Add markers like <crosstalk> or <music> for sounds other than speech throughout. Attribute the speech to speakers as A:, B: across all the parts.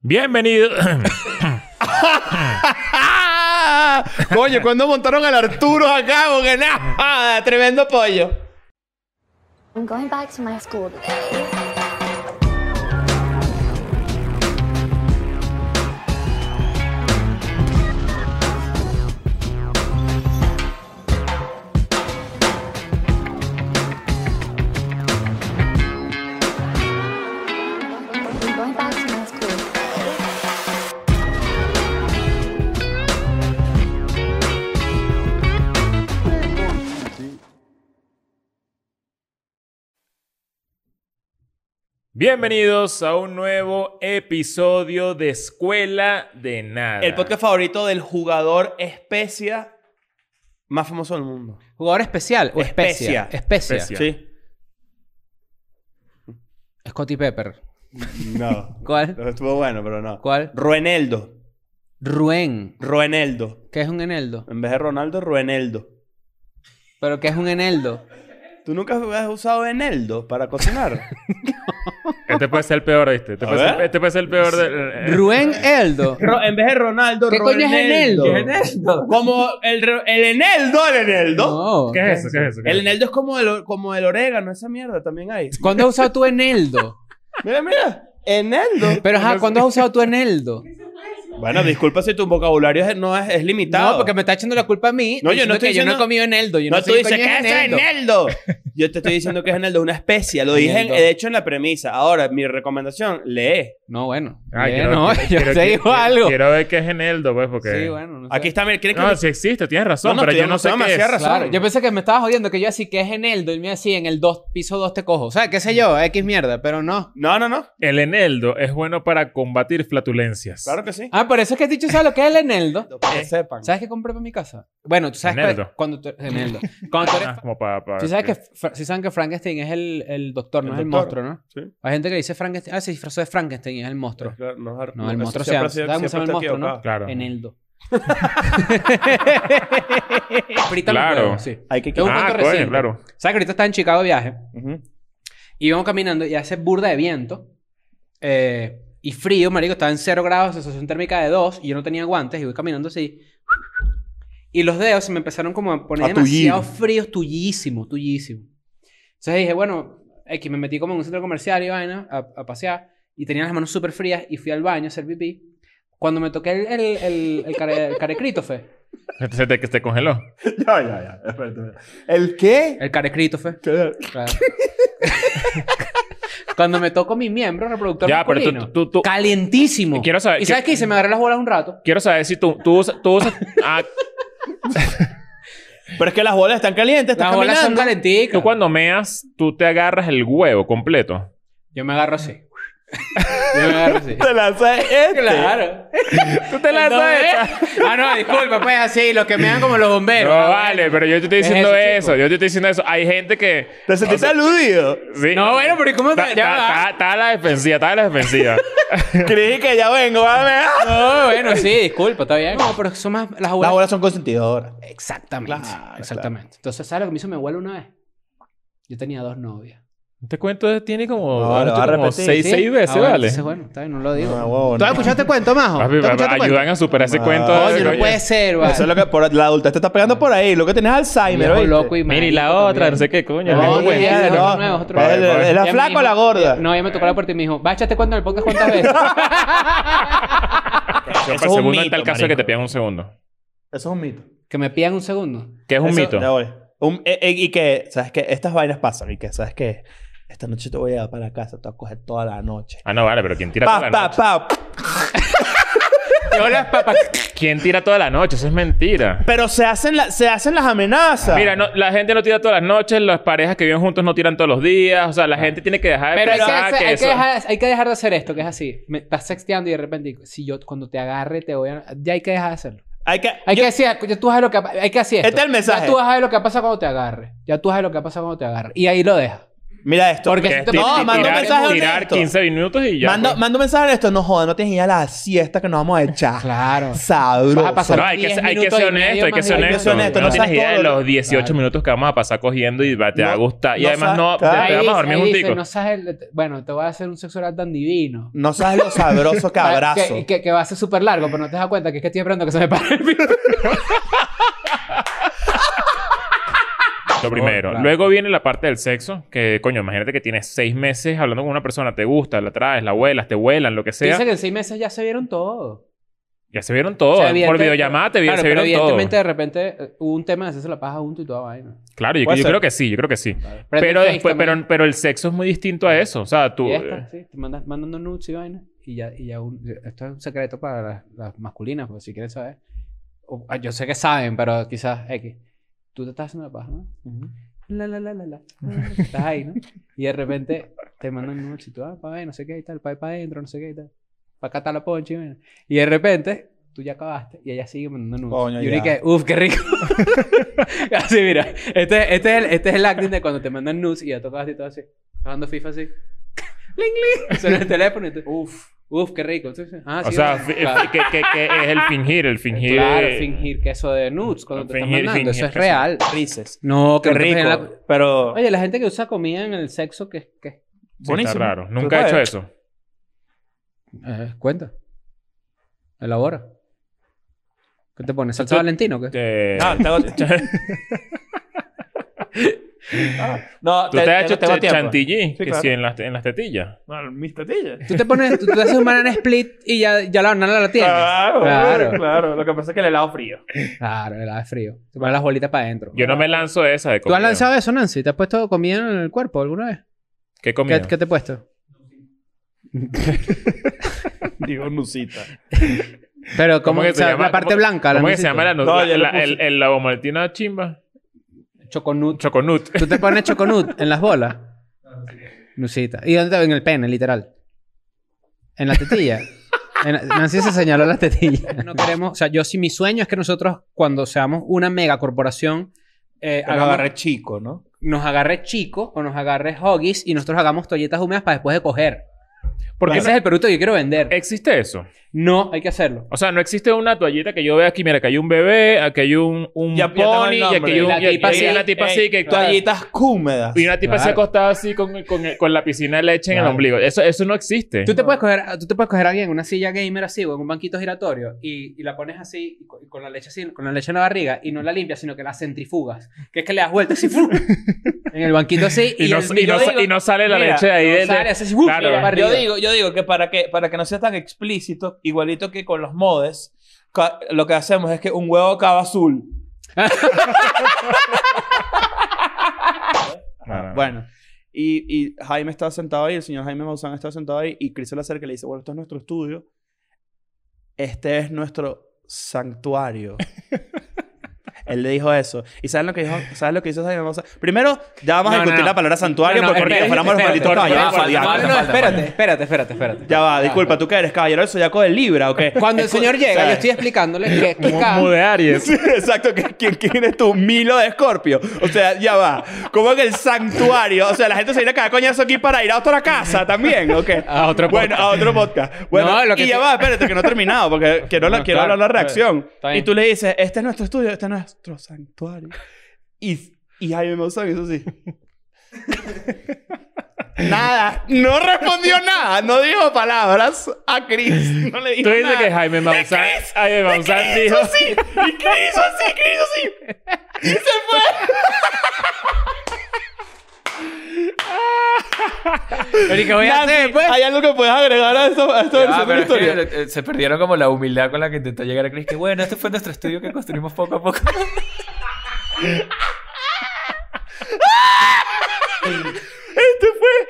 A: Bienvenido. <coughs>
B: ¡Ah! Coño, cuando montaron al Arturo acá, porque nada, tremendo pollo.
C: I'm going back to my school today. I'm going back to my school.
A: Bienvenidos a un nuevo episodio de Escuela de Nada.
B: El podcast favorito del jugador especia más famoso del mundo.
D: ¿Jugador especial o especia?
B: Especia.
D: Especia.
A: Especia.
B: ¿Sí?
D: Scotty Pepper.
B: <laughs> No.
D: ¿Cuál?
B: Estuvo bueno, pero no.
D: ¿Cuál?
B: Rueneldo.
D: Ruén.
B: Rueneldo.
D: ¿Qué es un eneldo?
B: En vez de Ronaldo, Rueneldo.
D: ¿Pero qué es un eneldo?
B: ¿Tú nunca has usado Eneldo para cocinar?
A: Este puede ser el peor, ¿viste? Este,
B: A
A: puede ser,
B: ver.
A: este puede ser el peor de...
D: Ruén Eldo.
B: <laughs> Ro- en vez de Ronaldo,
D: ¿Qué coño es
B: Rueneldo.
D: eneldo? eneldo?
B: Como el, re- el Eneldo, el Eneldo.
D: No.
A: <laughs> ¿Qué es eso? ¿Qué es eso? ¿Qué es
B: El
A: eso?
B: eneldo es como el, o- como el orégano, esa mierda también hay.
D: ¿Cuándo has usado tú eneldo?
B: Mira, mira. Eneldo.
D: Pero, ajá, ¿cuándo has usado tú eneldo?
B: Bueno, disculpa si tu vocabulario es- no es, es limitado.
D: No, porque me está echando la culpa a mí.
B: No, yo no estoy
D: que Yo no he
B: diciendo-
D: comido eneldo. Yo no,
B: No,
D: sé
B: tú
D: qué
B: dices
D: coño
B: que
D: es
B: es eneldo. Yo te estoy diciendo que es eneldo, una especie. Lo dije, en-
D: Eneldo.
B: de hecho, en la premisa. Ahora, mi recomendación, lee.
D: No, bueno. Eh,
A: Ay, Ah, quiero-
D: no,
A: quiero-
D: <laughs> yo
A: quiero-
D: te digo
A: quiero-
D: algo.
A: Quiero ver qué es Eneldo, pues, porque...
D: Sí, bueno. No sé.
B: Aquí está, mira, ¿quieres que
A: No,
B: le-
A: si existe, tienes razón,
B: No, no,
A: pero
B: te-
A: yo no
B: no,
A: sé
B: te-
A: qué
B: me
A: es.
B: hacía razón.
D: Claro, yo pensé que me estabas jodiendo, que yo así que es eneldo y me así en el dos, piso 2 te cojo. O sea, qué sé yo, X mierda, pero no.
B: No, no, no.
A: El Eneldo es bueno para combatir flatulencias.
B: Claro que sí.
D: Ah, por eso es que has dicho, ¿sabes lo que es
B: <laughs>
D: el eneldo?
B: Para que sepan.
D: ¿Sabes qué compré para mi casa? Bueno, tú sabes
A: Eneldo.
D: que cuando tú, eneldo. Cuando tú eres...
A: Ah, como para... para-
D: Tú sabes que, Fra- sí saben que Frankenstein es el, el doctor, no
B: El
D: es el
B: doctor.
D: monstruo, ¿no?
B: Sí.
D: Hay gente que dice Frankenstein, ah, se disfrazó de Frankenstein y es el monstruo.
B: Claro, No,
D: No, el
B: eso
D: monstruo se
B: siempre
D: llama,
B: ha sido-
D: ¿sabes cómo se llama el
B: siempre está
D: monstruo, no?
B: <laughs>
A: Claro.
D: Eneldo. <laughs>
A: Claro.
D: claro. Sí.
B: Hay que
D: Es un
A: Ah,
D: cuento
A: coño,
D: reciente.
A: claro.
D: ¿Sabes que ahorita está en Chicago de viaje?
B: Ujú.
D: Y íbamos caminando y hace burda de viento. eh, y frío, marico. Estaba en 0 grados, sensación térmica de 2. Y yo no tenía guantes y voy caminando así. Y los dedos se me empezaron como a poner
B: A tullir.
D: demasiado fríos, tullísimo, tullísimo. Entonces dije, bueno, X, me metí como en un centro comercial y vaina a, a pasear. Y tenía las manos súper frías y fui al baño a hacer pipí. Cuando me toqué el, el, el, el, care- el carecrítofe.
A: Se te, que te congeló.
B: Ya, ya, ya. Espérate. ¿El qué?
D: El carecrítofe.
B: ¿Qué?
D: Claro. <laughs> Cuando me toco mi miembro reproductor
A: Ya, pero tú-
D: masculino,
A: tú- tú-
D: calientísimo.
A: Quiero saber-
D: ¿Y sabes qué hice? Me agarré las bolas un rato.
A: Quiero saber si tú, tú usas... Tú
D: <laughs>
A: usas ah,
B: Pero es que las bolas están calientes, estás
D: Las bolas son
B: caminando.
D: calenticas.
A: tú cuando meas, tú te agarras el huevo completo.
D: Yo me agarro <laughs> así. Yo me agarro así.
B: Te lanzas
D: <laughs>
B: este.
D: Claro.
A: Tú te la
D: No,
A: sabes.
D: ¿eh? Ah, no, disculpa, pues así, los que me dan como los
A: No,
D: bomberos. Ah,
A: vale, pero yo te estoy
D: ¿Qué es
A: diciendo
D: eso,
A: eso.
D: chico?
A: Yo te estoy diciendo eso. Hay gente que.
B: ¿Te sentiste aludido?
A: Sí.
D: No, bueno, pero ¿y cómo
A: Está
D: te.? ya va.
A: está a la defensiva, está a la defensiva.
B: Creí que ya vengo, ¿vale? <laughs>
D: No, bueno, sí, disculpa, está bien. No, pero son más. Las bolas.
B: Las bolas son consentidoras.
D: Exactamente.
B: Claro,
D: exactamente. Entonces, ¿sabes lo que me hizo mi abuelo una vez? Yo tenía dos novias.
A: <laughs> Este cuento tiene como,
B: No,
A: ha
B: lo
A: hecho
B: va a
A: como
B: repetir,
A: seis,
D: ¿Sí?
A: seis
D: Ah,
A: veces,
D: bueno,
A: ¿vale?
D: entonces, bueno, está bien, no lo digo.
B: No, huevo,
D: ¿Tú has
B: no.
D: escuchado este cuento, Majo?
A: Papi,
D: ¿Tú has escuchado
A: ayudan
D: este cuento?
A: a superar ese
B: Ah, No,
A: cuento.
D: Oye, no
A: coño.
D: puede ser, vale.
B: Eso es lo que por la adulta te está pegando por ahí. Lo que tenés es Alzheimer,
D: Viejo
B: ¿oíste?
D: loco y
A: Mira, y la
D: marico
A: otra,
D: también.
A: no sé qué coño.
D: No,
A: qué
D: ya,
A: buen-
D: ya,
B: ya,
D: otro
B: no.
D: nuevo, otro
B: Pa-
D: nuevo.
B: ¿es la
D: Ya me
B: flaca
D: dijo-
B: o la gorda?
D: No, ya me tocó la puerta y me dijo, bacha este cuento en el podcast cuántas veces.
B: Eso
A: Yo para
B: es un
A: segundo en
B: mito,
A: tal caso
B: marico.
A: que te pidan un segundo.
B: Eso es un mito.
D: que me pidan un segundo.
A: Que es un
B: Eso-
A: mito.
B: Ya voy. Un- eh, eh, y que, ¿sabes qué? Estas vainas pasan. Y que, ¿sabes qué? Esta noche te voy a llevar para casa. Te voy a coger toda la noche.
A: Ah, no, vale, pero ¿quién tira toda
B: Pa,
A: la
B: pa,
A: noche?
B: pa.
D: Yo las papas.
A: ¿Quién tira toda la noche? Eso es mentira.
B: Pero se hacen, la- se hacen las amenazas.
A: Mira, no, la gente no tira todas las noches, las parejas que viven juntos no tiran todos los días. O sea,
B: Ah.
A: la gente tiene que dejar de
D: Pero hay que,
A: pensar
D: hacer-
A: Ah, que
D: hay, que
A: eso.
D: dejar, hay que dejar de hacer esto, que es así. Me estás sexteando y de repente, si yo cuando te agarre te voy a... Ya hay que dejar de hacerlo.
B: Hay que...
D: Hay
B: yo-
D: que decir, ya tú sabes lo que... Hay que hacer esto.
B: Este es el mensaje.
D: Ya tú sabes lo que pasa cuando te agarre. Ya tú sabes lo que pasa cuando te agarre. Y ahí lo dejas.
B: Mira esto.
D: Porque
A: Que
D: si
A: es
D: te-
A: ti-
B: No,
A: ti-
B: manda un
A: tirar,
B: mensaje
A: tirar
B: honesto.
A: 15 minutos y ya.
B: manda,
A: pues.
B: manda un mensaje de esto. No joda, no tienes ni idea la siesta que nos vamos a echar. <laughs>
D: <laughs> Claro.
B: Sabroso.
D: Vas a pasar
A: No, hay que,
D: 10
A: hay que
D: minutos
A: ser
D: y medio
A: honesto, hay que
D: más
A: ser
D: de-
A: honesto.
B: honesto,
A: No,
B: no
A: tienes
B: seas
A: idea de
B: todo-
A: los 18
D: Claro.
A: minutos que vamos a pasar cogiendo y va- te va a
B: No,
A: gustar. Y
B: no
A: además
B: sabes-
A: no, te,
B: claro.
A: te
D: dice-
A: vamos a dormir
D: ahí dice,
A: juntico.
D: no sabes el- te- bueno, te voy a hacer un sexo oral tan divino.
B: No sabes lo sabroso
D: <laughs>
B: que abrazo.
D: Que, que- que va a ser súper largo, pero no te das cuenta que es que estoy esperando que se me pare el pito.
A: Lo primero.
D: Claro.
A: Luego viene la parte del sexo, que coño, imagínate que tienes seis meses hablando con una persona, te gusta, la traes, la vuelas, te vuelan, lo que sea.
D: Dice que en seis meses ya se vieron todo.
A: Ya se vieron todo.
D: O sea,
A: Oh, Por
D: evidente-
A: videollamada te vi-
D: claro,
A: se
D: pero
A: vieron
D: evidentemente
A: todo.
D: de repente eh, hubo un tema de hacerse la paja junto y toda vaina.
A: Claro, yo,
B: Puede
A: yo
B: ser.
A: creo que sí, yo creo que sí.
D: Claro.
A: Pero
D: Prende
A: después,
D: FaceTime,
A: pero, pero el sexo es muy distinto a eso. O sea, tú.
D: Y esta,
A: eh,
D: sí, te mandas, mandando nudes y vaina. Y ya, y ya un- esto es un secreto para las, las masculinas, por si quieren saber. O- ah, yo sé que saben, pero quizás X. Tú te estás haciendo la paja, ¿no? La, la, la, la, la. Estás ahí, ¿no? Y de repente te mandan nudes y tú, ah, para ver, no sé qué y tal, para para adentro, no sé qué y tal. Para acá está la ponche y vaina. Y de repente tú ya acabaste y ella sigue mandando nudes.
B: Coño,
D: y uno
B: ya.
D: que, uff, qué rico. <laughs> así, mira. Este, este, es el, este es el acting de cuando te mandan nudes y ya tocabas y todo así. Jugando FIFA así. ¡Ling, ling! Suena el teléfono y tú, uff, uff, qué rico. Entonces, ah,
A: o
D: sí,
A: sea,
D: bueno,
A: fi-
D: claro.
A: que, que- que es el fingir, el fingir.
D: Claro,
A: eh,
D: fingir que eso de nudes cuando te
A: Fingir,
D: están mandando,
A: fingir
D: eso es
A: que sí.
D: real.
B: Rices.
D: No, que
B: Qué
D: no te peguen la-
B: rico. Pero.
D: Oye, la gente que usa comida en el sexo, que qué?
A: sí, está raro.
B: Pues
A: Nunca he hecho eso.
D: Eh, cuenta. Elabora. ¿Qué te pones?
A: ¿Salsa
D: ¿Salsa Valentino?
A: Eh,
B: No,
A: <laughs>
B: tengo... Ah. no,
A: tú te, has hecho
B: tengo
A: ch-
B: tiempo.
A: chantilly, que
B: claro.
A: sí, en las, te- en las tetillas.
B: No, mis tetillas.
D: Tú te pones, tú, tú haces un banana split y ya, ya la banana la tienes.
B: Claro,
D: Claro.
B: claro, Lo que pasa es que el helado frío. <laughs>
D: Claro, el helado frío. Te pones las bolitas para adentro.
A: Yo no me lanzo esa de
D: ¿Tú
A: comida.
D: has lanzado eso, Nancy? ¿Te has puesto comida en el cuerpo alguna vez?
A: ¿Qué
D: ¿Qué,
A: comida?
D: qué te he puesto?
B: Digo, nusita.
D: Pero, ¿cómo,
A: ¿Cómo que
D: o sea,
A: se llama?
D: la parte
A: ¿Cómo-
D: blanca. la
A: ¿Cómo que se
D: nucita.
A: llama la, nu-
B: No,
A: la-
B: ya le
A: la-
B: puse.
A: el, el- la vomitina chimba?
D: Choconut.
A: Choconut. <laughs>
D: ¿Tú te pones choconut en las bolas? Lucita. ¿Y dónde te En el pene, literal. En la tetilla. En la- Nancy se señaló la tetilla. No queremos... O sea, yo sí... Mi sueño es que nosotros, cuando seamos una megacorporación... Eh,
B: Pero
D: hagamos-
B: agarré chico, ¿no?
D: nos agarre chico o nos agarre hoggies y nosotros hagamos toallitas húmedas para después de coger. Porque
A: Porque
D: ese es el producto que yo quiero vender.
A: existe eso.
D: No, hay que hacerlo.
A: O sea, no existe una toallita que yo vea aquí. Mira, que hay un bebé, aquí hay un, un
B: Ya- ya tengo
A: pony,
B: el
A: y aquí
B: nombre.
A: hay un-
D: La
A: y aquí
D: tipa
A: hay
D: así,
A: una tipa así que...
B: Toallitas húmedas.
A: Y una tipa así
D: Claro.
A: acostada así con, con- con la piscina de leche en el
D: Claro.
A: ombligo. Eso, eso no existe.
D: Tú te, puedes coger, tú te puedes coger a alguien en una silla gamer así o en un banquito giratorio y, y la pones así y co- y con, la leche así, con la leche en la barriga y no la limpias, sino que la centrifugas. Que es que le das vueltas así <laughs> ¡fum! en el banquito así y,
A: y, no,
D: el-
A: y
D: yo
A: no sa-
D: digo-
A: y no sale la
B: mira,
A: leche de ahí.
D: no
A: del-
D: sale, hace así, ¡fum!
A: Claro.
D: y la barriga.
B: Yo digo, yo digo que para que para que no sea tan explícito, igualito que con los modes, ca- lo que hacemos es que un huevo cava azul.
A: No,
D: Ah.
A: no.
B: Bueno, y, y Jaime estaba sentado ahí, el señor Jaime Maussan estaba sentado ahí, y Chris se le acerca y le dice, bueno, esto es nuestro estudio, este es nuestro
D: <laughs>
B: santuario. Él le dijo eso. ¿Y saben lo que dijo? ¿Saben lo que hizo Jaime Maussan? Primero, ya vamos a
D: No, no,
B: discutir
D: no.
B: la palabra santuario
D: No, no,
B: porque
D: espérate,
B: fuéramos los
D: espérate,
B: malditos
D: espérate,
B: caballeros
D: espérate,
B: zodiacos.
D: No, no, espérate, espérate, espérate, espérate.
B: Ya va, disculpa, tú que eres caballero del zodiaco de Libra, ¿o qué?
D: Cuando el señor llega,
B: ¿sabes?
D: yo estoy explicándole que, que cada-
A: Mu- mu de Aries.
B: Sí, exacto. ¿Qui- ¿Quién, ¿Quién es tú? Milo de Escorpio. O sea, ya va. Como en el santuario. O sea, la gente se viene a cagar coñazo aquí para ir a otra casa también, ¿o qué?
D: A otro
B: Bueno, a otro podcast. Bueno,
D: No, lo que
B: y ya
D: te-
B: va, espérate, que no he terminado porque quiero, la-
D: No,
B: quiero
D: claro,
B: hablar la
D: claro.
B: reacción.
D: Está bien.
B: Y tú le dices, este es nuestro estudio, este es nuestro santuario. Y, y Jaime Maussan, eso sí. <laughs> nada. No respondió nada. No dijo palabras a Chris. No le dijo
A: Tú dices
B: nada.
A: que Jaime Maussan, Jaime Maussan
B: ¿Y
A: dijo...
B: qué hizo así? ¿Qué hizo así? Y se fue.
D: Pero, ¿y qué voy a
B: Nancy,
D: hacer, pues?
B: ¿Hay algo que puedes agregar a esto? A esto
E: Ya,
B: a esta
E: pero es que,
B: historia?
E: eh, se perdieron como la humildad con la que intentó llegar a Chris. Que bueno, este fue nuestro estudio que construimos poco a poco.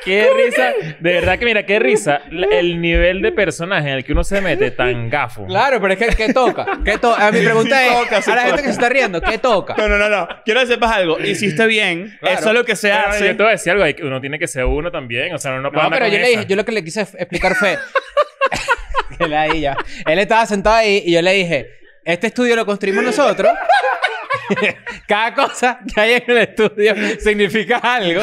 A: Qué risa. De verdad que mira, qué risa. la- El nivel de personaje en el que uno se mete tan gafo.
D: Claro, pero es que ¿qué toca? ¿Qué to- a mi pregunta
B: Sí
D: es,
B: toca, sí
D: a la gente
B: toca.
D: que se está riendo, ¿qué toca?
B: No, no, no, no. Quiero que sepas algo. Hiciste bien.
D: Claro.
B: Eso es lo que se
A: Pero
B: hace. <laughs>
A: Yo te voy a decir algo. hay que- Uno tiene que ser uno también. O sea, uno no puede
D: No,
A: andar
D: pero
A: con
D: yo le
A: esa.
D: dije, yo lo que le quise f- explicar fue. <laughs> que la ella. Él estaba sentado ahí y yo le dije: Este estudio lo construimos nosotros. <laughs> Cada cosa que hay en el estudio significa algo.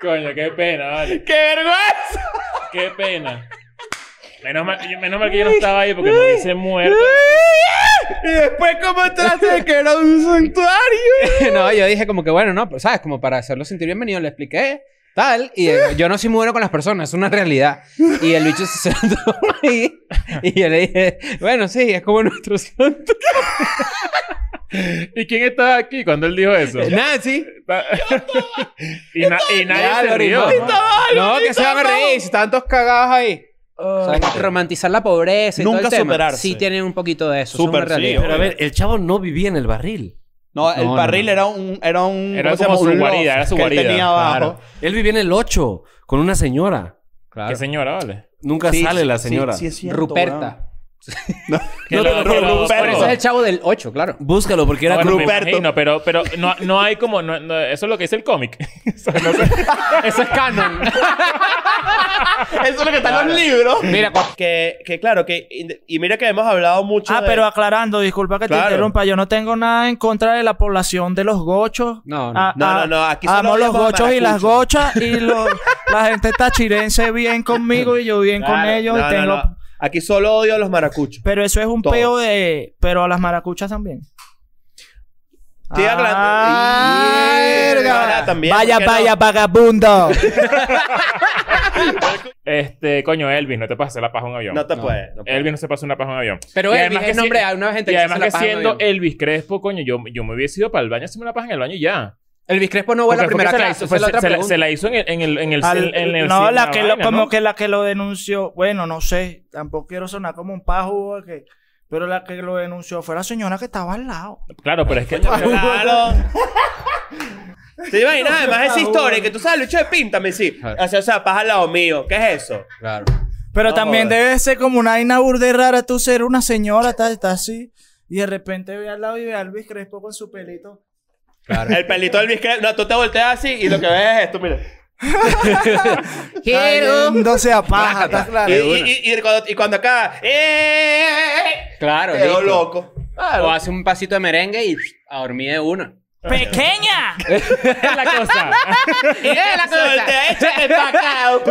A: Coño, qué pena, vale.
B: ¡Uh! ¡Qué vergüenza!
A: Qué
D: <laughs>
A: pena. Menos mal, yo- menos mal que yo no estaba ahí porque me hubiese muerto.
B: <laughs> y después, ¿cómo entraste de que era un santuario?
D: <laughs> no, yo dije como que bueno, no, pero sabes, como para hacerlo sentir bienvenido, le expliqué tal. Y eh, yo no soy muy bueno con las personas, es una realidad. Y el bicho se <laughs> sentó ahí. Y yo le dije, bueno, sí, es como nuestro santo.
A: ¿Y quién estaba aquí cuando él
D: <laughs>
A: dijo eso?
D: Nancy. <laughs>
A: <laughs> y, na- y nadie se
D: Álvaro,
A: rió.
D: y no. No, que se van a reír, si están todos cagados ahí. O sea, romantizar la pobreza y
B: Nunca
D: todo el tema.
B: superarse.
D: Sí tienen un poquito de eso. eso es
B: Súper,
D: una
B: sí,
D: realidad.
F: Pero a ver, el chavo no vivía en el barril.
B: No, el
F: No, no,
B: barril
F: no.
B: era un... Era, un,
A: Era
B: ¿cómo se
A: como
B: llama?
A: su
B: Un loft
A: guarida, era su
B: que él
A: guarida,
B: tenía abajo.
F: Él vivía en el 8 con una señora.
A: ¿Qué Ah, señora, vale?
F: Nunca
B: Sí,
F: sale la
B: sí,
F: señora.
B: Sí, es cierto, weón.
D: Ruperta.
A: Que
B: No,
A: lo-
B: no,
A: que lo-
B: Ruperto.
A: por
D: Pero
A: eso-
D: ese es el chavo del 8, claro.
F: Búscalo porque era
A: Bueno,
F: como...
A: me
B: Ruperto.
A: imagino, pero, pero no, no hay como... no- no- eso es lo que dice el cómic. <laughs> O sea, no sé.
D: <laughs> Eso es canon.
B: Eso es lo que está en los libros. Mira, que, que claro, que... Y mira que hemos hablado mucho
E: Ah,
B: de-
E: pero aclarando, disculpa que
B: Claro.
E: te interrumpa, yo no tengo nada en contra de la población de los gochos.
D: No, no.
E: Ah,
B: No,
E: ah,
B: no, no, aquí solo
E: Amo los
B: hablamos de
E: gochos y las
B: maracuchos.
E: gochas y los- la gente tachirense bien conmigo y yo bien con
B: Claro,
E: ellos.
B: no,
E: y
B: no,
E: tengo...
B: no. Aquí solo odio a los maracuchos.
E: Pero eso es un
B: Todos.
E: peo de... Pero a las maracuchas también.
B: Estoy aclarando-
E: Ah,
B: Y-
E: verga.
B: Ahora también,
E: vaya,
B: ¿por qué no?
E: vaya, vagabundo.
A: Este, coño, Elvis, no te pases la paja en un avión.
B: No te
D: No.
B: puedes. no puedes.
A: Elvis no se pasa una paja en un avión.
D: Pero
A: Y
D: Elvis
A: además
D: es
A: que
D: el nombre
A: si-
D: de una gente
A: Y
D: que
A: además
D: se hace
A: que
D: la paja en
A: siendo
D: un avión.
A: Elvis Crespo, coño, yo, yo me hubiese ido para el baño a hacerme una paja en el baño y ya.
D: Elvis Crespo Pues no vuela a
A: Porque fue
D: primera
A: que se la
D: clase.
A: hizo-
D: esa
A: fue-
D: es la
A: se-
D: otra
A: se la-
D: pregunta.
A: Se la hizo en el... En el, en Pues el,
E: Al-
A: en el-
E: no,
A: en
E: la que lo,
A: vaina,
E: como
A: ¿no?
E: que la que lo denunció, bueno, no sé, tampoco quiero sonar como un pajo, que, pero la que lo denunció fue la señora que estaba al lado.
A: Claro, pero es que... <laughs>
B: Claro. ¿Te imaginas? Además, esa historia que tú sabes, Lucho de Pinta, me sí. O sea, o sea, paja al lado mío. ¿Qué es eso?
D: Claro.
E: Pero
B: No
E: también
B: jodas.
E: debe ser como una vaina burda y rara tú ser una señora, estás está así, y de repente ve al lado y ve a Elvis Crespo con su pelito.
B: El pelito del bisque. No, tú te volteas así y lo que ves es esto, mira.
D: Quiero.
E: No sea paja,
B: <laughs>
E: ¿estás
B: Y,
E: claro?
B: y, y, y cuando, y cuando acá. ¡Eh!
D: Claro,
B: Quedó
D: listo.
B: loco.
D: O hace un pasito de merengue y a dormir de una.
E: ¡Pequeña!
A: es la cosa.
B: la Voltea, échate pa' acá.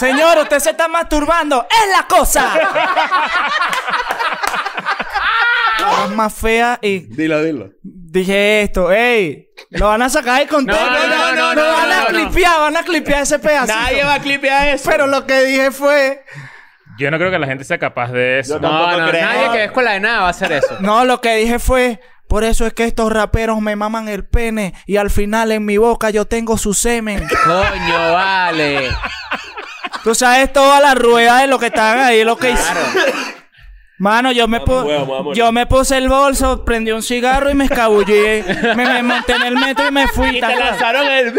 E: Señor, usted se está masturbando. ¡Es la cosa! es más fea y
B: Dilo, dilo.
E: dije esto. ¡Ey! Lo van a sacar de contexto.
D: No, no, no, no,
E: Lo
D: no,
E: van a
D: no, no.
E: clipear, van a clipear ese pedazo.
B: Nadie va a clipear eso.
E: Pero lo que dije fue...
A: Yo no creo que la gente sea capaz de eso.
B: Yo tampoco.
D: No, no,
B: creo.
D: nadie que ve escuela de nada va a hacer <laughs> eso.
E: No, lo que dije fue... Por eso es que estos raperos me maman el pene y al final en mi boca yo tengo su semen.
D: Coño, vale.
E: Tú sabes toda la rueda de lo que están ahí, lo que hicieron. Mano, yo me, pu- yo me puse el bolso, prendí un cigarro y me escabullí. me, me monté en el metro y me fui.
B: Y te lanzaron el.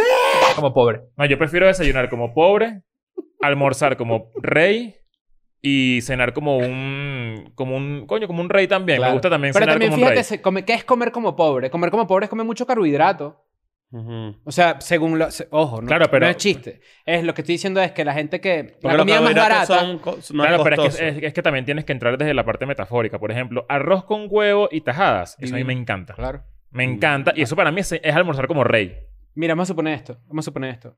E: como pobre.
A: No, yo prefiero desayunar como pobre, almorzar como rey y cenar como un... Como un... Coño, como un rey también. Me gusta también
D: Pero
A: cenar
D: también
A: como un
D: fíjate,
A: rey.
D: se come- ¿qué es comer como pobre? Comer como pobre es comer mucho carbohidrato. O sea, según lo... se- Ojo, no,
A: Claro, pero-
D: no es chiste. Es lo que estoy diciendo es que la gente que...
B: Porque
D: La
B: los
D: comida más barata...
B: carbohidratos son co- son más
A: Claro, pero es
B: costosos.
A: que, es, es que también tienes que entrar desde la parte metafórica. Por ejemplo, arroz con huevo y tajadas. Eso a mí
D: Divino.
A: me encanta.
D: Mm. Claro.
A: Me encanta. Y eso para mí es, es almorzar como rey.
D: Mira, vamos a suponer esto. Vamos a suponer esto.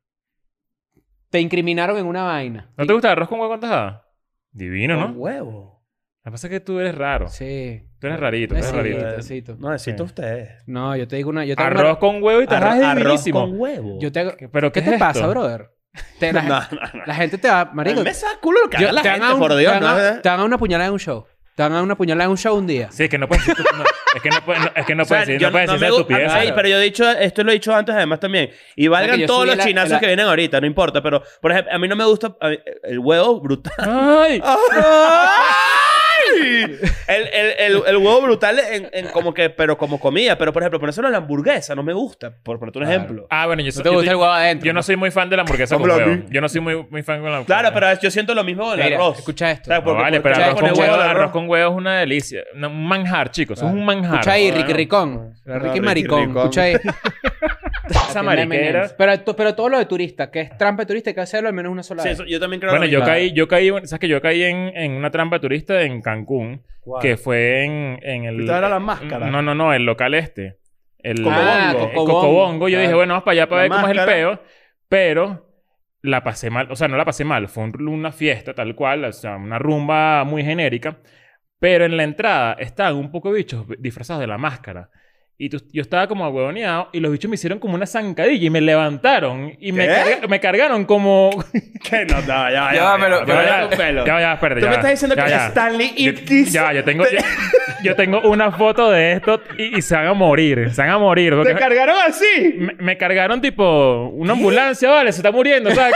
D: Te incriminaron en una vaina.
A: ¿No te gusta el arroz con huevo con tajada? Divino, ¿no?
B: Con huevo.
A: Lo que pasa es que tú eres raro.
D: Sí.
A: Tú eres rarito, tú eres
D: Necesito,
A: rarito.
D: necesito.
B: No, necesito ustedes.
D: No, yo te digo una... Yo te hago una-
A: Arroz con huevo y tajadas es
B: Arroz
A: divinísimo.
B: con huevo.
D: Yo te hago-
A: ¿Pero
D: ¿Qué
A: qué,
D: te
A: es
D: pasa,
A: esto?
D: brother? Te-
B: <laughs>
D: la,
B: No, no, no.
D: la gente te va... Marico,
B: Me saca culo lo que
D: Yo-
B: haga la
D: te van
B: gente,
D: a un-
B: por Dios,
D: te van a-
B: ¿no?
D: Te van a una puñalada en un show. Te van a una puñalada en un show un día.
A: Sí, es que no puedes decir, no, es que no puedes, no, es que no
B: O sea,
A: puedes decir,
B: yo
A: no puedes
B: no
A: decir
B: me gu-
A: estupidez.
B: Ay, pero yo he dicho, esto lo he dicho antes además también. Y valgan
D: yo
B: todos
D: subí
B: los
D: la-
B: chinazos
D: la-
B: que vienen ahorita, no importa. Pero, por ejemplo, a mí no me gusta a mí- el huevo
D: <laughs>
B: brutal.
A: Ay,
B: ¡Ay! El, el- el- el huevo brutal en, en como que, pero como comida. Pero, por ejemplo, ponérselo en la hamburguesa no me gusta. Por ponerte un
D: Claro.
B: ejemplo.
A: Ah, bueno, yo, soy-
D: No te
A: yo
D: gusta el
A: soy-
D: huevo adentro.
A: yo no soy muy fan de la hamburguesa con
B: Habla a mí.
A: huevo. Yo no soy muy, muy fan con la
B: Claro, pero yo siento lo mismo con el
D: Mira,
B: arroz.
D: escucha esto.
B: O sea,
A: No,
B: porque-
A: vale,
B: porque
A: pero
B: le
A: arroz con,
B: pones
A: huevo,
B: al
A: arroz con huevo es una delicia. No, un manjar, chicos. Es un manjar.
D: Escucha ahí,
A: Joder,
D: Ricky
A: no.
D: Ricón. Ricky
B: Ricky
D: Maricón.
B: Ricón.
D: Escucha
B: <laughs>
D: ahí.
A: Esa mariquera.
D: Pero, to- pero todo lo de turista, que es trampa de turista, hay que hacerlo al menos una sola
B: Sí,
D: vez.
B: eso- yo también creo
A: Bueno,
B: lo
A: yo
B: mismo.
A: caí, yo caí, sabes que yo caí en, en una trampa turista en Cancún, que fue en, en el.
B: Fuiste a ver a la máscara.
A: No, no, no, el local este. el
D: Ah,
A: el
D: Cocobongo.
A: Cocobongo. Yo
B: Claro.
A: dije, bueno, vamos para allá para
B: La
A: ver cómo es el
B: máscara.
A: peo. Pero la pasé mal. O sea, no la pasé mal. Fue un- una fiesta tal cual. O sea, una rumba muy genérica. Pero en la entrada estaban un poco de bichos disfrazados de la máscara. Y tú- yo estaba como huevoneado y los bichos me hicieron como una zancadilla y me levantaron y me,
B: ¿Qué?
A: carga- me cargaron como...
B: ¿Qué? No, no, ya, ya.
G: Ya va, pero-
A: Ya,
G: pero-
A: ya,
B: con pelo.
A: ya, ya, espérate,
B: Tú
A: ya
B: me
A: va.
B: estás diciendo
A: Ya,
B: que
A: ya.
B: Stanley
A: Yo-
B: Ipkiss
A: Ya, yo tengo, yo, yo tengo una foto de esto y, y se van a morir. Se van a morir. porque
B: te cargaron así.
A: me, me cargaron tipo una ambulancia, vale, se está muriendo. ¿sabes?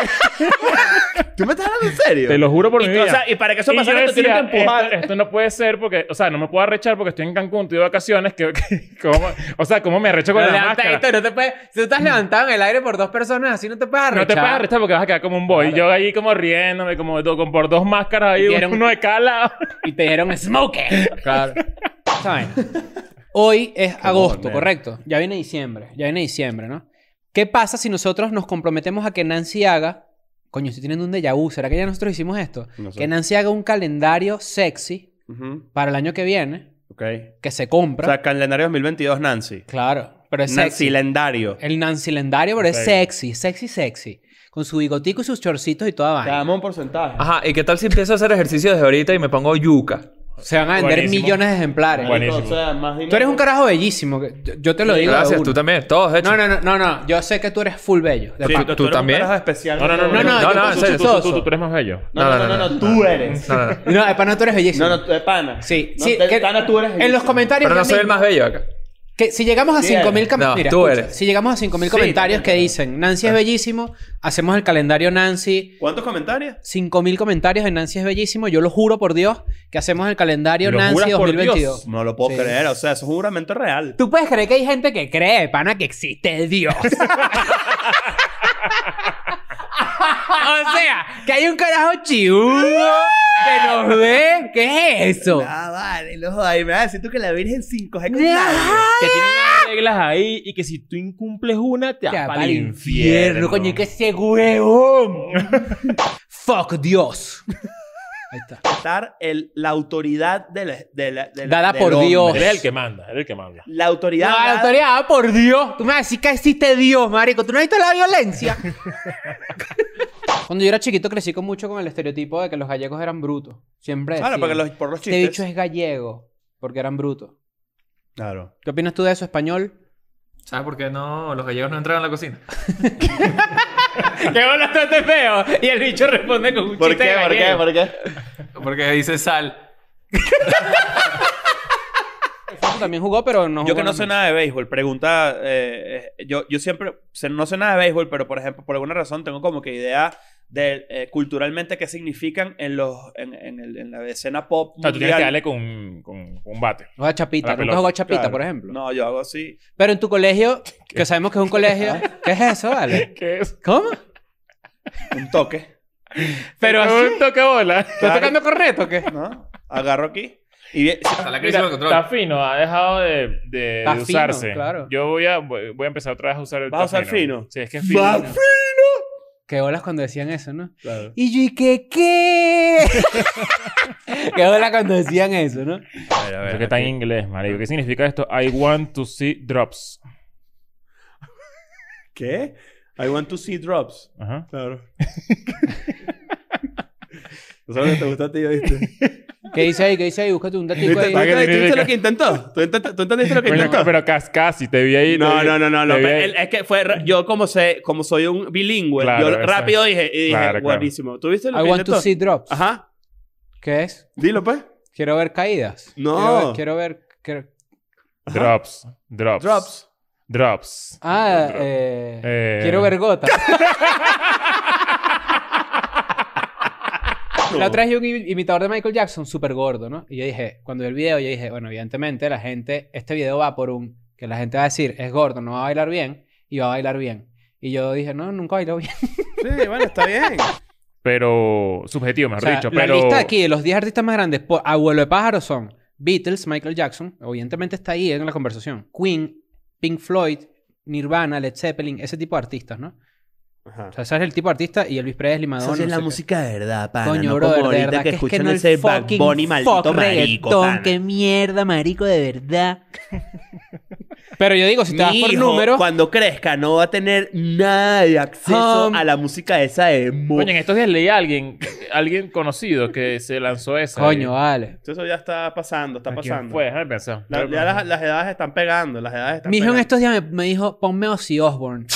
B: ¿Tú me estás hablando en serio?
A: Te lo juro por
B: y,
A: mi
B: tú-
A: vida.
B: O sea, y para que eso
A: Y yo
B: pasara, tú tienes
A: decía, este,
B: que empujar.
A: Esto, esto no puede ser porque, o sea, no me puedo arrechar porque estoy en Cancún, estoy de vacaciones. Que, que- ¿cómo- o sea, ¿cómo me arrecho con
D: Pero
A: la
D: levanta
A: máscara? Mm.
D: esto, no te puedes... Si tú estás levantado en el aire por dos personas, así no te puedes arrechar.
A: No te puedes arrechar porque vas a quedar como un boy. Yo ahí como riéndome, como do- con- por dos máscaras ahí,
D: Y dieron-
A: uno de cada lado.
D: Y te dijeron smoke. <laughs> Claro. ¿Saben? Hoy es agosto, correcto. Ya viene diciembre. Ya viene diciembre, ¿no? ¿Qué pasa si nosotros nos comprometemos a que Nancy haga... Coño, estoy teniendo un déjà vu. ¿Será que ya nosotros hicimos esto?
B: No sé.
D: Que Nancy haga un calendario sexy
A: este.
B: Ujú,
D: para el año que viene.
B: Ok.
D: Que se
B: O
D: compra.
B: sea, calendario 2022, Nancy.
D: claro. Pero es
B: Nancy,
D: sexy.
B: lendario.
D: El Nancy lendario, pero
A: Ok.
D: es sexy. Sexy, sexy. Con su bigotico y sus chorcitos y toda
B: Te
D: vaina.
B: damos un porcentaje.
G: Ah. Ajá, ¿y qué tal si empiezo a hacer ejercicio desde ahorita y me pongo yuca?
D: Se van a vender
A: Buenísimo.
D: millones de ejemplares.
A: Buenísimo.
B: O sea, más dinero.
D: Tú eres un carajo bellísimo. que- yo- Yo te lo digo. de
G: Gracias,
D: una.
G: tú también. Todos, de hecho. Ah,
D: No, no, no, no, no. Yo sé que tú eres full bello. de
B: Sí,
D: pana.
G: tú
B: eres un
G: también.
B: carajo especial.
A: No, no, no,
D: No,
G: No,
D: no, yo
G: no, en
D: soy
G: serio,
A: Tú,
D: chistoso.
A: tú, tú, tú eres más bello.
B: No, no, no, no, tú eres.
G: No, no,
H: <laughs>
G: no.
D: No, de pana, tú eres bellísimo.
B: No, no, de pana.
D: Sí,
B: No,
D: sí.
B: de
D: que-
B: pana tú eres
D: En los
B: bellísimo.
D: comentarios.
G: Pero no
D: ya
G: soy
D: me-
G: el más bello acá.
D: Que si llegamos a
B: Sí eres.
D: 5000 com-
G: No,
D: mira,
G: tú
D: escucha,
G: eres.
D: si llegamos a 5000
B: Sí,
D: comentarios que
B: claro.
D: dicen Nancy es bellísimo, hacemos el calendario Nancy.
B: ¿Cuántos comentarios?
D: 5000 comentarios de Nancy es bellísimo, yo lo juro por Dios que hacemos el calendario
A: Lo
D: Nancy
A: juras por
D: 2022.
B: No lo puedo
D: Sí.
B: creer, o sea, eso es un juramento real.
D: Tú puedes creer que hay gente que cree, pana, que existe
A: <laughs>
D: Dios. <laughs> o sea, que hay un carajo chihudo que nos ve. ¿Qué es eso?
B: Ah, vale, no jodas, y me vas a decir tú que la Virgen 5 es
A: Que tiene unas reglas ahí y que si tú incumples una, te vas
D: Ya,
A: para el infierno.
D: coño, que ese
A: <laughs>
D: huevón. Fuck Dios. Ahí está.
B: Estar el, la autoridad de la, de la- de la-
D: Dada
B: del
D: por
B: hombre.
D: Dios.
A: Él es el que manda, él es el que <laughs> manda.
B: La autoridad.
D: No, la
B: dada-
D: autoridad, ah, por Dios. Tú me vas a decir que existe Dios, marico. Tú no has visto la violencia. <laughs> Cuando yo era chiquito crecí con mucho con el estereotipo de que los gallegos eran brutos. Siempre
B: Claro,
D: decían,
B: porque los, por los
D: Este
B: chistes.
D: bicho es gallego porque eran brutos.
B: Claro.
D: ¿Qué opinas tú de eso, español?
G: ¿Sabes por qué no? Los gallegos no entran a la cocina.
D: ¡Qué bastante feo! Y el bicho responde con un
B: ¿Por qué? ¿Por qué? ¿Por qué?
G: Porque dice sal.
D: también jugó, pero no jugó
B: Yo que no
D: en-
B: sé nada de béisbol, pregunta. eh, eh, yo, yo siempre sé- no sé nada de béisbol, pero por ejemplo, por alguna razón tengo como que idea de eh, culturalmente qué significan en los en, en el- en la escena pop.
A: O sea, tú tienes
B: mundial.
A: que darle con, con, con un bate.
D: Jugó a
A: A la
D: chapita. Nunca
A: pelota,
D: jugó a chapita,
B: Claro.
D: por ejemplo.
B: No, yo hago así.
D: Pero en tu colegio, que sabemos que es
B: <laughs>
D: un colegio... ¿Qué es eso, vale?
A: ¿Qué es?
D: ¿Cómo?
B: Un toque,
D: Pero así...
A: un toque bola.
D: ¿Estás tocando correcto o qué?
B: ¿no? Agarro aquí. Y bien-
G: Está la crisis
A: Mira,
G: del control.
A: está fino, ha dejado de, de- de
D: Está fino,
A: usarse.
D: claro.
A: Yo voy a, voy voy a empezar otra vez a usar el
B: ¿Vas a
A: está
B: usar fino?
A: Sí, es que es fino.
B: ¡Va
D: Qué bolas cuando decían eso, ¿no? Y yo, ¿y qué qué? <laughs> qué bolas cuando decían eso, ¿no?
A: Creo que está en inglés, marico. ¿Qué significa esto? I want to see drops.
B: ¿Qué? I want to see drops.
A: Ajá.
B: <laughs> Claro. ¿No sabes lo que te gusta a ti, ¿viste?
D: ¿Qué dice ahí? ¿Qué dice ahí? Búscate un datico
B: ¿Viste?
D: ahí.
B: ¿Tú entendiste lo que intentó? ¿Tú intenta- tú entendiste lo que
A: Pero,
B: intentó?
A: pero cas- casi, te vi ahí.
B: No,
A: te vi-
B: no, no, no.
A: te
B: no
A: vi
B: pero
A: ahí.
B: Pues, él- es que fue. ra- Yo, como sé, como soy un bilingüe,
A: Claro,
B: yo
A: eso
B: rápido dije, y dije,
A: Claro, claro.
B: buenísimo. ¿Tú viste lo
D: I
B: que
D: want to
B: intentó?
D: see Ah, drops.
B: Ajá.
D: ¿Qué es?
B: Dilo, pues.
D: Quiero ver caídas.
B: No.
D: Quiero ver... Quiero ver quiero-
A: Drops. Drops.
B: Drops.
A: Drops.
D: Ah,
A: Drops.
D: eh,
A: Eh.
D: Quiero ver
B: <laughs>
D: gotas. La otra vez vi un im- imitador de Michael Jackson súper gordo, ¿no? Y yo dije, cuando vi el video, yo dije, bueno, evidentemente la gente, este video va por un, que la gente va a decir, es gordo, no va a bailar bien, y va a bailar bien. Y yo dije, no, nunca bailó bien.
B: Sí, bueno, está bien.
A: Pero subjetivo,
D: O
A: mejor
D: sea,
A: dicho.
D: la
A: Pero...
D: lista aquí de los 10 artistas más grandes por Abuelo de Pájaro son Beatles, Michael Jackson, evidentemente está ahí en la conversación, Queen, Pink Floyd, Nirvana, Led Zeppelin, ese tipo de artistas, ¿no?
B: Ajá.
D: O sea, ese es el tipo de artista y Elvis Presley, Madonna. no sé qué.
B: de verdad, pana.
D: Coño, bro, de verdad, que, es que no el fucking fuck reggaetón, qué mierda, marico, de verdad. Pero yo digo, si te das
B: Mi
D: por
B: hijo,
D: número...
B: cuando crezca, no va a tener nada de acceso
D: Um,
B: a la música esa de emo.
A: Coño, en estos días leí a alguien, alguien conocido que se lanzó esa.
D: Coño, vale.
B: Entonces Eso ya está pasando, está
A: ¿A quién
B: pasando.
A: Fue, déjame pensar.
B: La- ya las, las edades están pegando, las edades están
D: Mi hijo en
B: pegando.
D: estos días me, me dijo, ponme Ozzy Osbourne.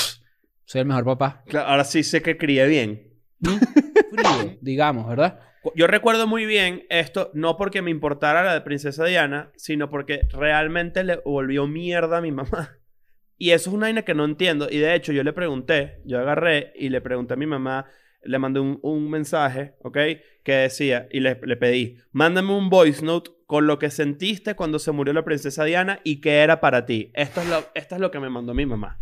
D: Soy el mejor papá.
B: Claro, ahora sí sé que crié bien.
D: <laughs> Frío, digamos, ¿verdad?
B: Cu- Yo recuerdo muy bien esto, no porque me importara la de Princesa Diana, sino porque realmente le volvió mierda a mi <laughs> mamá. Y eso es una vaina que no entiendo. Y de hecho, yo le pregunté, yo agarré y le pregunté a mi mamá, le mandé un, un mensaje, ¿ok? Que decía, y le, le pedí, mándame un voice note con lo que sentiste cuando se murió la Princesa Diana y qué era para ti. Esto es lo, esto es lo que me mandó mi mamá.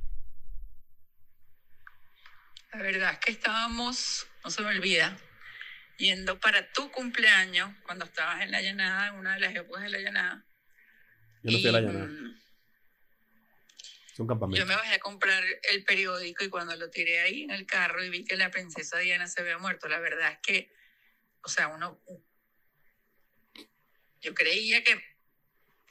I: La verdad es que estábamos, no se me olvida, yendo para tu cumpleaños cuando estabas en la llanada, en una de las épocas de la llanada.
B: Yo no fui a la
I: Y,
B: llanada,
I: mm,
B: es un campamento.
I: Yo me bajé a comprar el periódico y cuando lo tiré ahí en el carro y vi que la princesa Diana se había muerto, la verdad es que, o sea, uno, yo creía que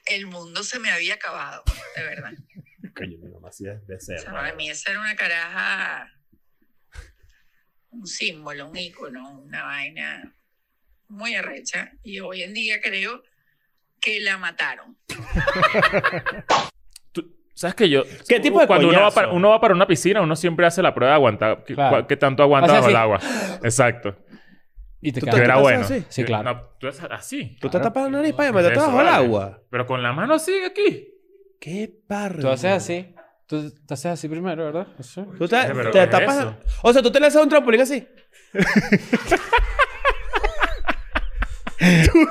I: el mundo se me había acabado, de verdad.
B: <laughs> Coño, mi mamá sí es de
I: O
B: ser.
I: sea, para mí esa era una caraja, un símbolo, un ícono, una vaina muy arrecha. Y hoy en día creo que la mataron.
A: Tú- ¿Sabes que yo?
H: Eh,
B: ¿Qué tipo de
A: Cuando uno va,
B: coñazo?
A: para, uno va para una piscina, uno siempre hace la prueba de aguantar. ¿Qué,
D: Claro.
A: cua- qué tanto aguanta
D: O sea,
A: bajo el
D: sí.
A: agua? Exacto.
D: Y te
B: Tú
A: Que
D: quedas.
B: te-
A: era
B: haces
A: bueno.
B: así?
D: Sí, claro.
A: No, tú haces así.
B: Tú
D: Claro.
B: te tapas la nariz para
A: ¿Qué es
B: meter
A: eso,
B: bajo el
A: vale?
B: agua.
A: Pero con la mano así, aquí.
B: Qué parro.
D: Tú haces así. Tú te haces así primero, ¿verdad? Así.
B: Tú te,
A: Sí, pero
B: te
A: ¿qué es
B: tapas.
A: eso?
B: o sea, tú te lanzas un trampolín así.
A: <laughs>
B: Tú-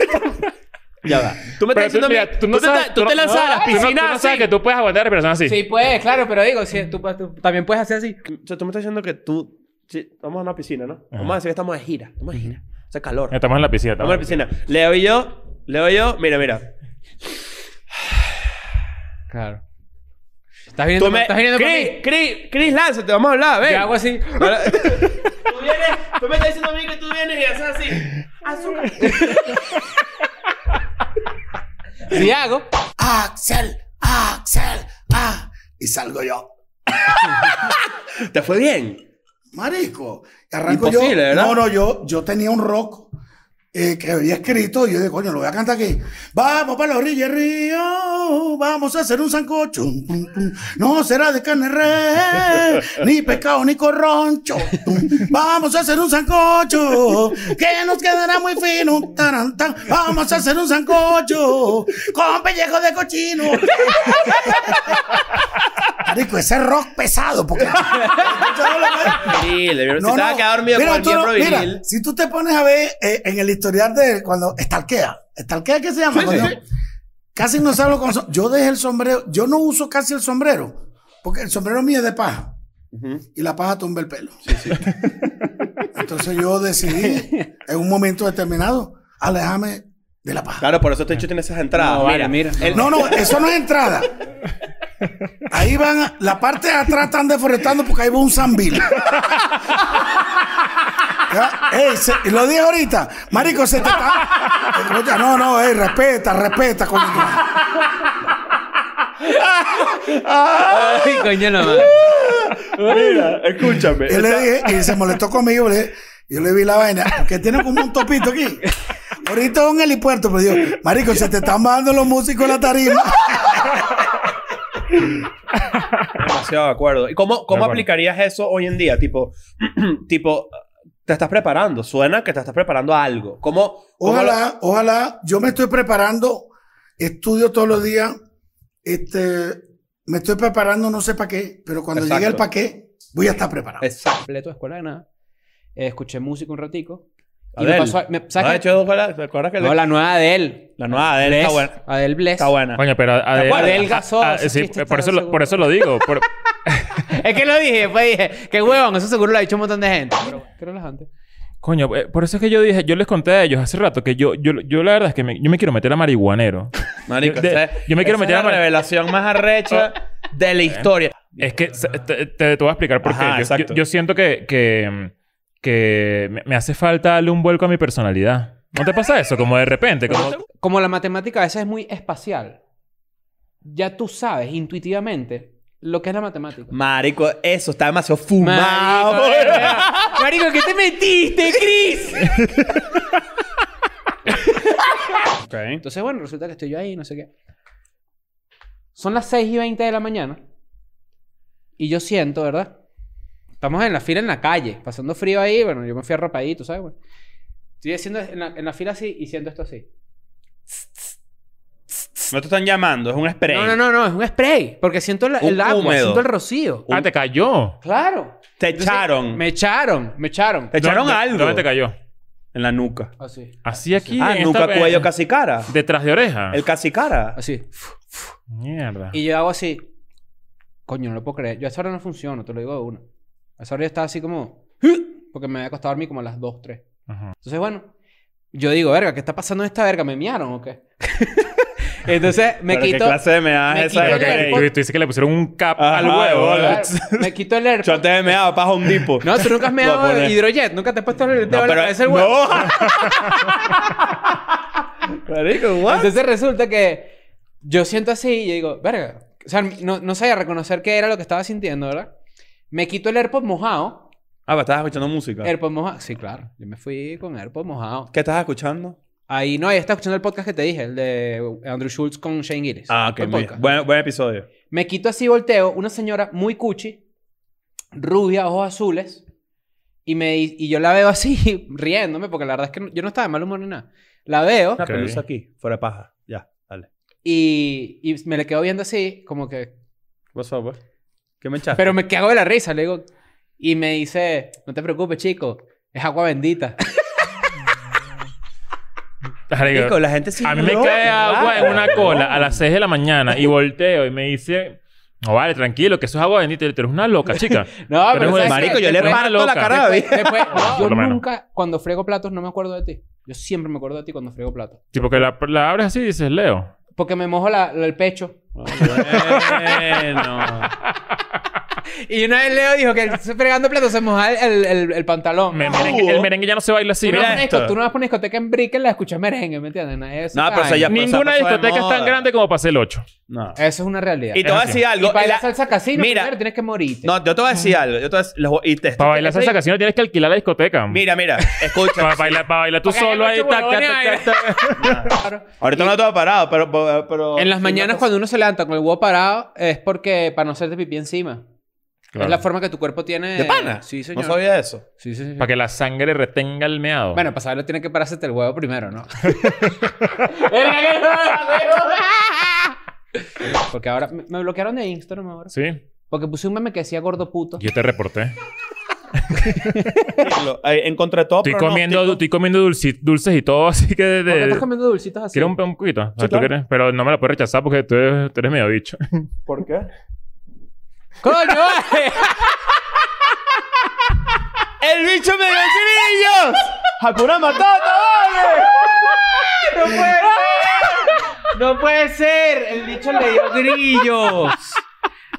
B: ya va. Tú me
A: Pero
B: estás diciendo a mí-
A: mira,
B: tú te- tú te lanzas a la
A: tú no-
B: piscina
A: tú no sabes
B: así.
A: que tú puedes aguantar la respiración así.
D: Sí, puedes, claro, pero digo, si tú, tú también puedes hacer así.
B: O sea, tú me estás diciendo que tú. sí, vamos a una piscina, ¿no? Vamos a decir que estamos de gira. Estamos de gira. O sea, calor.
A: Estamos en la piscina.
B: Vamos a la piscina. Leo y yo. Leo y yo. Mira, mira.
D: Claro. Estás viniendo,
B: Tú me.
D: estás viniendo por
B: Chris,
D: mí.
B: Chris, Chris, lánzate. Vamos a hablar. Ven.
D: Yo
B: <laughs>
D: hago así.
B: Ahora- tú vienes, tú me estás diciendo a mí que tú vienes y haces así. Azúcar.
D: Si hago.
J: Axel, Axel, ah, y salgo yo.
B: ¿Te fue bien?
J: Marico, y arranco yo.
B: Imposible, ¿verdad?
J: No, no, yo, yo tenía un rock eh, que había escrito y yo dije, coño, lo voy a cantar aquí. Vamos para la orilla del río, vamos a hacer un sancocho. Tum, tum. No será de carne red, ni pescado, ni corroncho. Tum. Vamos a hacer un sancocho, que nos quedará muy fino. Taran, tan. Vamos a hacer un sancocho con pellejo de cochino. <laughs> Marico, ese rock pesado, porque...
B: Viril, viril. Si estaba quedado dormido
J: Mira,
B: con el
J: tú no-
B: miembro
J: mira,
B: viril.
J: si tú te pones a ver eh, en el historial de cuando estalquea, estalquea qué se llama? Cuando Casi no salgo con som- yo dejé el sombrero, yo no uso casi el sombrero, porque el sombrero mío es de paja. Y la paja tumba el pelo. Entonces yo decidí en un momento determinado alejarme de la paja.
B: Claro, por eso te he dicho tiene esas entradas.
D: No,
B: mira,
D: vale, mira.
B: el-
J: No, no, eso no es entrada. Ahí van, a- la parte de atrás están deforestando porque ahí va un zambil. Ya, ey, se- y lo dije ahorita, marico, se te está. Oye, No, no, ey, respeta, respeta. coño.
D: Ay, coño, no madre.
B: mira, escúchame.
J: Yo le dije, y se molestó conmigo, le dije- yo le vi la vaina, que tiene como un topito aquí. Ahorita es un helipuerto, pero digo, marico, se te están bajando los músicos en la tarima.
B: Demasiado de acuerdo. ¿Y cómo, cómo
A: acuerdo.
B: aplicarías eso hoy en día? Tipo, <clears throat> tipo, te estás preparando. Suena que te estás preparando a algo. ¿Cómo? cómo
J: Ojalá, ojalá. Yo me estoy preparando, estudio todos los días. Este, me estoy preparando, no sé para qué, pero cuando
B: Exacto.
J: llegue el para qué, voy a estar preparado.
B: lo- Exacto.
D: Completo escuela de nada. Eh, escuché música un ratico. Y me
B: Adele.
D: pasó... me-
B: Ah,
D: ¿Sabes qué?
B: yo, ojalá, ¿te acuerdas que
D: No,
B: le-
D: la nueva de él.
B: la nueva de él
D: Bless.
B: está buena?
D: Adele Bless.
B: Está buena.
A: Coño, pero ah, Adel,
D: acuerdas? Adelgazó, ese
A: ah, sí,
D: chiste
A: por
D: está
A: eso, lo,
D: seguro.
A: por eso lo digo. por-
D: Es que lo dije, después dije, qué huevón, eso seguro lo ha dicho un montón de gente. Pero bueno, qué relajante.
A: <laughs> coño, eh, por eso es que yo dije, yo les conté a ellos hace rato que yo, yo, yo la verdad es que me- yo me quiero meter a marihuanero.
B: Marico,
A: De-
B: esa-
A: yo me quiero
B: esa
A: meter
B: es
A: a
B: la
A: mar-
B: revelación más
D: <laughs>
B: arrecha
D: Oh.
B: de
D: Eh.
B: la historia.
A: Es que sa- te, te- te voy a explicar por qué.
B: Ajá,
A: Yo- yo,
B: exacto.
A: yo siento que, que, que me- me hace falta darle un vuelco a mi
D: <laughs>
A: personalidad. ¿No te pasa eso? Como de repente. Como,
D: Como la matemática a veces es muy espacial. ya tú sabes intuitivamente lo que es la matemática.
B: <laughs> Marico, eso está demasiado fumado.
D: Marico, eh,
B: boludo.
D: de verdad.
B: <laughs>
D: Marico, ¿qué te metiste, Chris?
A: Ok.
D: Entonces, bueno, resulta que estoy yo ahí, no sé qué. Son las 6 y 20 de la mañana. Y yo siento, ¿verdad? Estamos en la fila en la calle, pasando frío ahí. Bueno, yo me fui arropadito, ¿sabes? Bueno, estoy haciendo en la, en la fila así y siento esto así.
B: No te están llamando, es un spray.
D: No, no, no, no, es un spray. Porque siento la-
B: Un
D: el agua,
B: húmedo.
D: siento el rocío.
A: Ah, te cayó.
D: Claro.
B: Te
D: Entonces,
B: echaron.
D: Me echaron, me echaron.
B: Te echaron
A: ¿Dónde-
B: algo.
A: ¿Dónde te cayó?
B: En la nuca.
D: Así,
A: Así aquí.
B: Ah,
A: en
B: nuca,
A: esta-
B: cuello, casi cara.
A: Detrás de oreja.
B: El casi cara.
D: así.
A: Mierda.
D: Y yo hago así. Coño, no lo puedo creer. Yo a esa hora no funciono, te lo digo de una. A esa hora yo estaba así como... "Ugh", Porque me había costado dormir como a las 2, 3.
A: Ajá.
D: Entonces, bueno. Yo digo, verga, ¿qué está pasando en esta verga? ¿Me miaron o qué? <laughs> Entonces, me
B: Pero qué
D: quito...
B: clase de meada
D: me
B: es esa
D: quito
A: Pero
B: de
D: el
A: que-
B: spray?
A: tú, tú dices que le pusieron un cap
B: Ajá,
A: al huevo.
B: de bola.
A: ¿vale?
D: Claro, me quito el
B: Yo
D: AirPod.
B: antes de meada, paja un dipo.
D: No, tú nunca
B: <laughs>
D: has
B: Voy a
D: meado
B: poner-
D: hidrojet. Nunca te has puesto el
B: <laughs> No,
D: dedo en la
B: pero
D: cabeza del
A: <laughs>
D: huevo.
B: no. Marico, what?
D: Entonces resulta que yo siento así y yo digo, verga. O sea, no, no sabía reconocer qué era lo que estaba sintiendo, ¿verdad? Me quito el AirPod mojado.
B: Ah, pero estabas escuchando música.
D: AirPod mojado. Sí, claro. Yo me fui con AirPod mojado.
B: ¿Qué estabas escuchando?
D: Ahí no, ahí está escuchando el podcast que te dije, el de Andrew Schultz con Shane Gillis.
B: Ah, ok.
D: El
B: muy-
D: podcast.
B: Buen, buen episodio.
D: Me quito así, volteo, una señora muy cuchi, rubia, ojos azules, y, me, di- y yo la veo así, <laughs> riéndome, porque la verdad es que no- yo no estaba de mal humor ni nada. La veo
B: Una
A: Ok.
B: pelusa aquí, fuera de paja. Ya, dale.
D: y, y me le quedo viendo así, como que,
B: What's up, pues? ¿Qué me echaste?
D: Pero me cago de la risa, le digo. Y me dice, no te preocupes, chico, es agua bendita. <laughs>
A: Marico,
B: Marico, la gente sí
A: a mí me
B: no,
A: cae
B: claro.
A: agua en una cola a las 6 de la mañana y volteo y me dice... No, vale, tranquilo, que eso es agua bendita. Y yo, Tú eres una loca,
B: <laughs>
A: chica.
D: No, pero,
A: Pero,
D: ¿sabes
B: Marico,
D: qué?
B: yo le
D: Después-
B: parto la
A: loca.
B: cara
D: <laughs>
B: a
D: después- después- no,
A: Por
D: yo
A: lo menos.
D: nunca, cuando frego platos, no me acuerdo de ti. Yo siempre me acuerdo de ti cuando frego platos.
A: tipo que la, la abres así y dices, Leo.
D: Porque me mojo la- la- el pecho.
B: Bueno.
D: Y una vez Leo dijo que él se- <laughs> fregando platos se moja el, el- el- el pantalón.
A: Me- merengue- el merengue ya no se baila así,
D: Tú no
A: ¿no?
D: vas a una
B: esto.
D: disco- tú no vas a una discoteca en Brickell la escuchas merengue, ¿me entiendes? Nadie de esa
B: No, pero eso ya-
D: vaina.
A: Ninguna
B: pasó de
A: discoteca es
B: moda.
A: tan grande como para el 8.
B: No.
D: Eso es una realidad.
B: Y te voy a decir
D: Y
B: algo.
D: para
B: la-
D: la salsa casino,
B: Mira.
D: primero tienes que morirte.
B: No, yo te voy a decir algo. Yo te voy a decir- los voy- y te-
A: Para bailar salsa casino tienes que alquilar la discoteca.
B: Mira,
A: <laughs>
B: mira, escucha.
A: Para bailar, para bailar tú
D: Para que
A: solo ahí.
D: haya mucho
A: tac, tac,
D: huevón
A: tac, tac,
B: <laughs>
A: tac.
D: Claro.
B: Ahorita no todo parado, pero, pero, pero-
D: En las mañanas cuando uno se levanta con el huevo parado es porque para no hacerte pipí encima. Es
A: Claro.
D: la forma que tu cuerpo tiene.
B: ¿De pana?
D: Sí,
B: No
D: señor.
B: sabía eso.
D: Sí, sí, sí.
A: Para que la sangre retenga el meado.
D: Bueno, para saberlo tiene que pararse el huevo
B: <laughs>
D: primero, ¿no? porque ahora me me bloquearon de Instagram ahora.
A: Sí,
D: Porque puse un meme que decía gordo puto.
A: yo te reporté.
B: Dígalo, eh, en contra de todo
A: Estoy
B: pronóstico-
A: comiendo, estoy comiendo dulci- dulces y todo, así que... De,
D: ¿Por qué estás comiendo dulcitos así?
A: ¿Quieres un, un poquito? O sea,
B: Sí,
A: tú
B: claro.
A: quieres, pero no me lo puedes rechazar porque tú eres, tú eres medio bicho.
B: ¿Por qué? <laughs>
D: ¡Coño! vale!
B: ¡El bicho me dio grillos! ¡Hakuna Matata, vale!
D: ¡No puede ser! ¡No puede ser! El bicho le dio
A: <laughs>
D: grillos.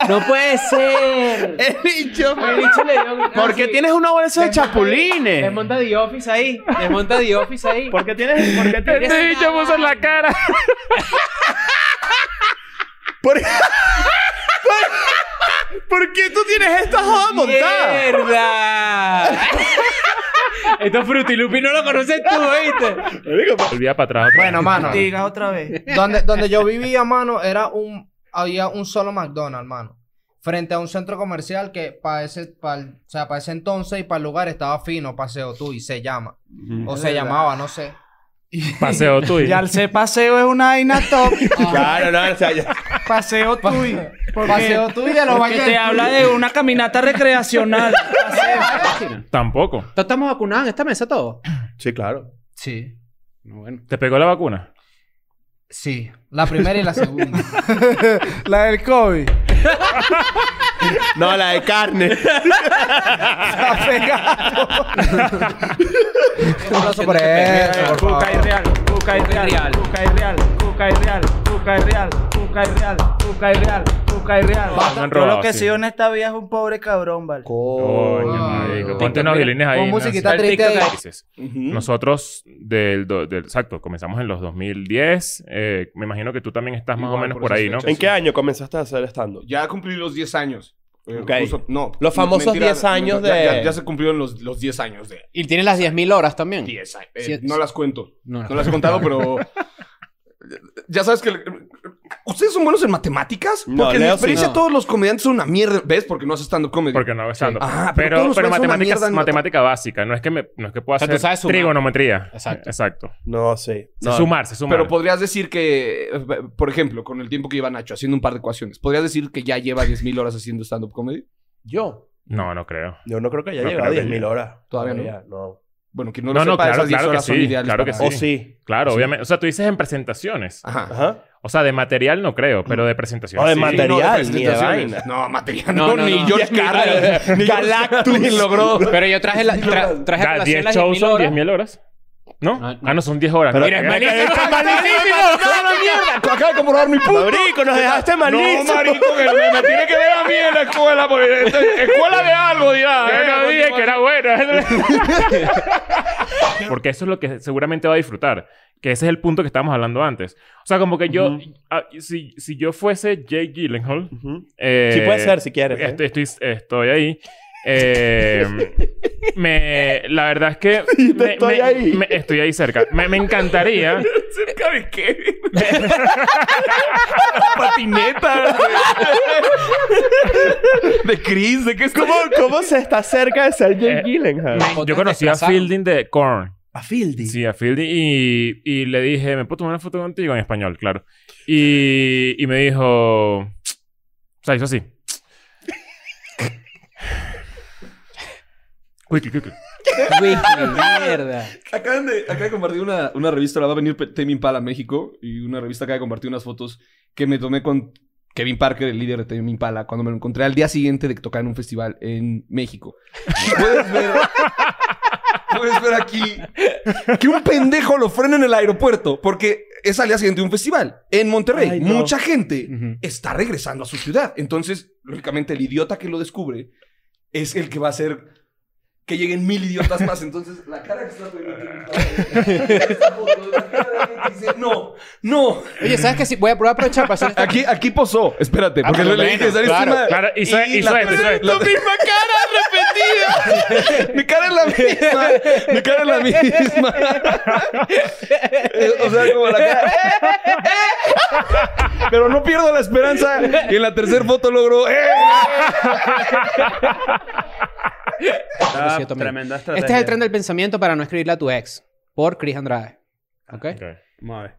D: ¡No puede ser!
B: ¡El bicho!
D: El bicho le dio grillos.
B: ¿Por qué tienes una bolsa de chapulines?
D: Desmonta The Office ahí. Desmonta The Office ahí.
B: ¿Por qué tienes...? ¿Por qué tienes...?
A: Este bicho puso en la cara.
B: ¿Por, por- ¿por qué tú tienes esta joda montada? <laughs>
D: ¡Mierda! Esto Frutilupi no lo conoces tú, ¿viste?
A: Olvida para atrás otra vez.
E: <laughs>
K: Bueno, mano. Diga otra vez. Donde, donde yo vivía, mano, era un, había un solo McDonald's, mano. Frente a un centro comercial que para ese, pa' el- o sea, para ese entonces y para el lugar estaba fino, paseo tú, y se llama. O se llamaba, no
E: <laughs>
K: sé.
A: Paseo tuyo.
E: Y al ser paseo es una vaina
K: <laughs>
E: top.
K: Ah.
B: Claro, no, o sea, ya-
E: Paseo tuy. Porque,
K: Paseo tú y de los
E: porque
K: baños.
E: te habla de una
K: <laughs>
E: caminata recreacional.
A: Tampoco.
D: ¿Todos estamos vacunados en esta mesa <laughs> todos?
B: Sí, claro.
K: Sí.
D: Bueno.
A: ¿Te pegó la vacuna?
K: Sí. La primera y la segunda.
E: <laughs> la del COVID.
B: No, la de carne.
K: Un aplauso por eso.
E: Cuca irreal, cuca irreal, Eh,
D: irreal.
E: cuca irreal, cuca irreal, cuca Cuca y real, cuca y real, cuca y real, cuca y real.
A: me han
E: Yo
A: robado,
E: lo que
A: sí.
E: sigo en esta vida es un pobre cabrón, ¿vale?
B: Oh,
A: Coño, marico. Ponte unos violines ahí.
K: Pon
A: ¿no?
K: musiquita
A: El
K: triste
A: TikTok
K: ahí.
A: que dices.
I: ¿Mm?
A: Nosotros, del, do- del- Exacto, comenzamos en los 2010. eh, me imagino que tú también estás más o
H: Igual,
A: menos
H: por
A: por
H: esas
A: ahí, ¿no?
H: fechas.
B: ¿En qué año comenzaste a hacer stand-up?
H: Ya cumplí los 10 años. Eh,
B: Ok.
H: no.
B: Los famosos 10 años
H: ya- ya-
B: de-
H: Ya, se cumplieron los, los 10 años de
D: Y tienes las 10.000 horas también.
H: 10 años. Eh,
D: Siete.
H: no las cuento.
D: No, no.
H: No las he contado, pero... Ya sabes que... ¿Ustedes son buenos en matemáticas?
B: No,
H: Porque en mi
B: Leo sí.
H: experiencia
D: No.
H: todos los comediantes son una mierda. ¿Ves? Porque no haces stand-up comedy.
A: Porque no hago stand-up.
H: Ah,
A: pero
H: pero todos
A: pero,
H: los jueves son una
A: matemáticas,
H: mierda en-
A: matemática básica. No es que, me, no es que pueda
D: O sea, tú
A: hacer
D: sabes sumar.
A: trigonometría.
D: Exacto.
A: Exacto.
B: No, sí.
A: Se sumar, se sumar.
H: Pero podrías decir que, eh, por ejemplo, con el tiempo que lleva Nacho haciendo un par de ecuaciones, ¿podrías decir que ya lleva 10.000 horas haciendo stand-up comedy?
D: Yo.
A: No, no creo.
B: Yo no creo que haya
A: No
B: llegado a
A: creo que
B: 10.000
A: llegue.
B: horas.
H: Todavía no.
B: no.
H: Bueno, que no lo
A: No, no,
H: sepa,
A: claro,
H: esas 10
A: claro que
H: horas son
A: sí,
H: ideales
A: claro
H: para-
A: que
B: O
A: Sí.
B: sí.
A: Claro, obviamente. O sea, tú dices en presentaciones.
H: Ajá.
B: Ajá.
A: O sea, de material no creo, pero de presentaciones.
B: Mm. O de
A: sí.
B: material.
H: No, de
B: ni de
H: presentaciones.
B: vaina.
H: No, material
D: No,
H: no,
D: no,
H: ni
D: no.
A: <laughs>
H: George Carlin. ni Galactus. ni logró.
D: Pero yo traje la, tra- traje a
A: Da,
D: colación
A: 10
D: las
A: shows
D: 10.000
A: son
D: horas.
A: 10.000 horas. ¿No?
D: Ah, no.
A: Ah, no, son 10 horas.
B: Pero-
A: Mira,
B: Mira,
A: mira,
H: Acaba de comprobar mi punto.
B: Marico, nos dejaste malísimo.
H: No, marico, que me, me tiene que ver a mí en la escuela. Porque esta- escuela de algo, dirá.
A: Yo no
H: Eh,
A: dije
H: no,
A: que era bueno. <laughs> Porque eso es lo que seguramente va a disfrutar. Que ese es el punto que estábamos hablando antes. O sea, como que yo... ah, si, si yo fuese Jake Gyllenhaal...
B: Ujú.
A: eh,
B: Sí puede ser, si quieres, ¿eh?
A: Estoy, estoy, estoy ahí. Eh,
B: <laughs>
A: me, la verdad es que... me-
B: estoy
A: me-
B: ahí.
A: me- estoy ahí cerca. Me,
B: <laughs>
A: me encantaría...
H: ¿Cerca de qué? Patineta. de Chris, ¿de qué es
B: ¿Cómo, ¿Cómo se está cerca de ser Jake
A: Eh,
B: Gyllenhaal?
A: Yo conocí a
D: desplazados.
A: Fielding de Korn.
B: A Fieldy.
A: Sí, a Fieldy. Y, y le dije, ¿me puedo tomar una foto contigo? En español, claro. Y, y me dijo... O sea, hizo así. Quickly, quickly.
D: Güey, qué mierda.
H: Acaban de, acaba de compartir una, una revista, la va a venir Pe- Tame Impala a México. Y una revista acaba de compartir unas fotos que me tomé con Kevin Parker, el líder de Tame Impala, cuando me lo encontré al día siguiente de que tocar en un festival en México. Puedes ver... Puedes ver aquí que un pendejo lo frena en el aeropuerto porque es al día siguiente de un festival en Monterrey.
B: Ay, no.
H: Mucha gente
D: Ujú.
H: está regresando a su ciudad. Entonces, lógicamente, el idiota que lo descubre es el que va a hacer que lleguen mil idiotas más. Entonces, la cara que está poniendo Kevin Parker, esa foto, la cara de alguien que dice, no, no.
D: Oye, ¿sabes qué? Sí, voy a probar a aprovechar para hacer esta-
H: Aquí, aquí posó. Espérate,
L: Ah,
H: porque
D: por
H: lo
D: lo
H: leí que
D: menos,
H: estar
A: claro,
H: encima.
A: claro. Hizo- hizo
H: la-
A: esto, hizo esto.
H: la misma cara repetida. Mi cara es la misma. Mi cara es la misma. Eh, o sea, como la cara. Pero no pierdo la esperanza. Y en la tercera foto logro. ¡eh!
D: Lo siento, amigo.
B: tremenda estrategia.
D: Este es el tren del pensamiento para no escribirle a tu ex. Por Chris Andrade. ¿Ok? <laughs>
A: Ok.
B: Vamos a ver.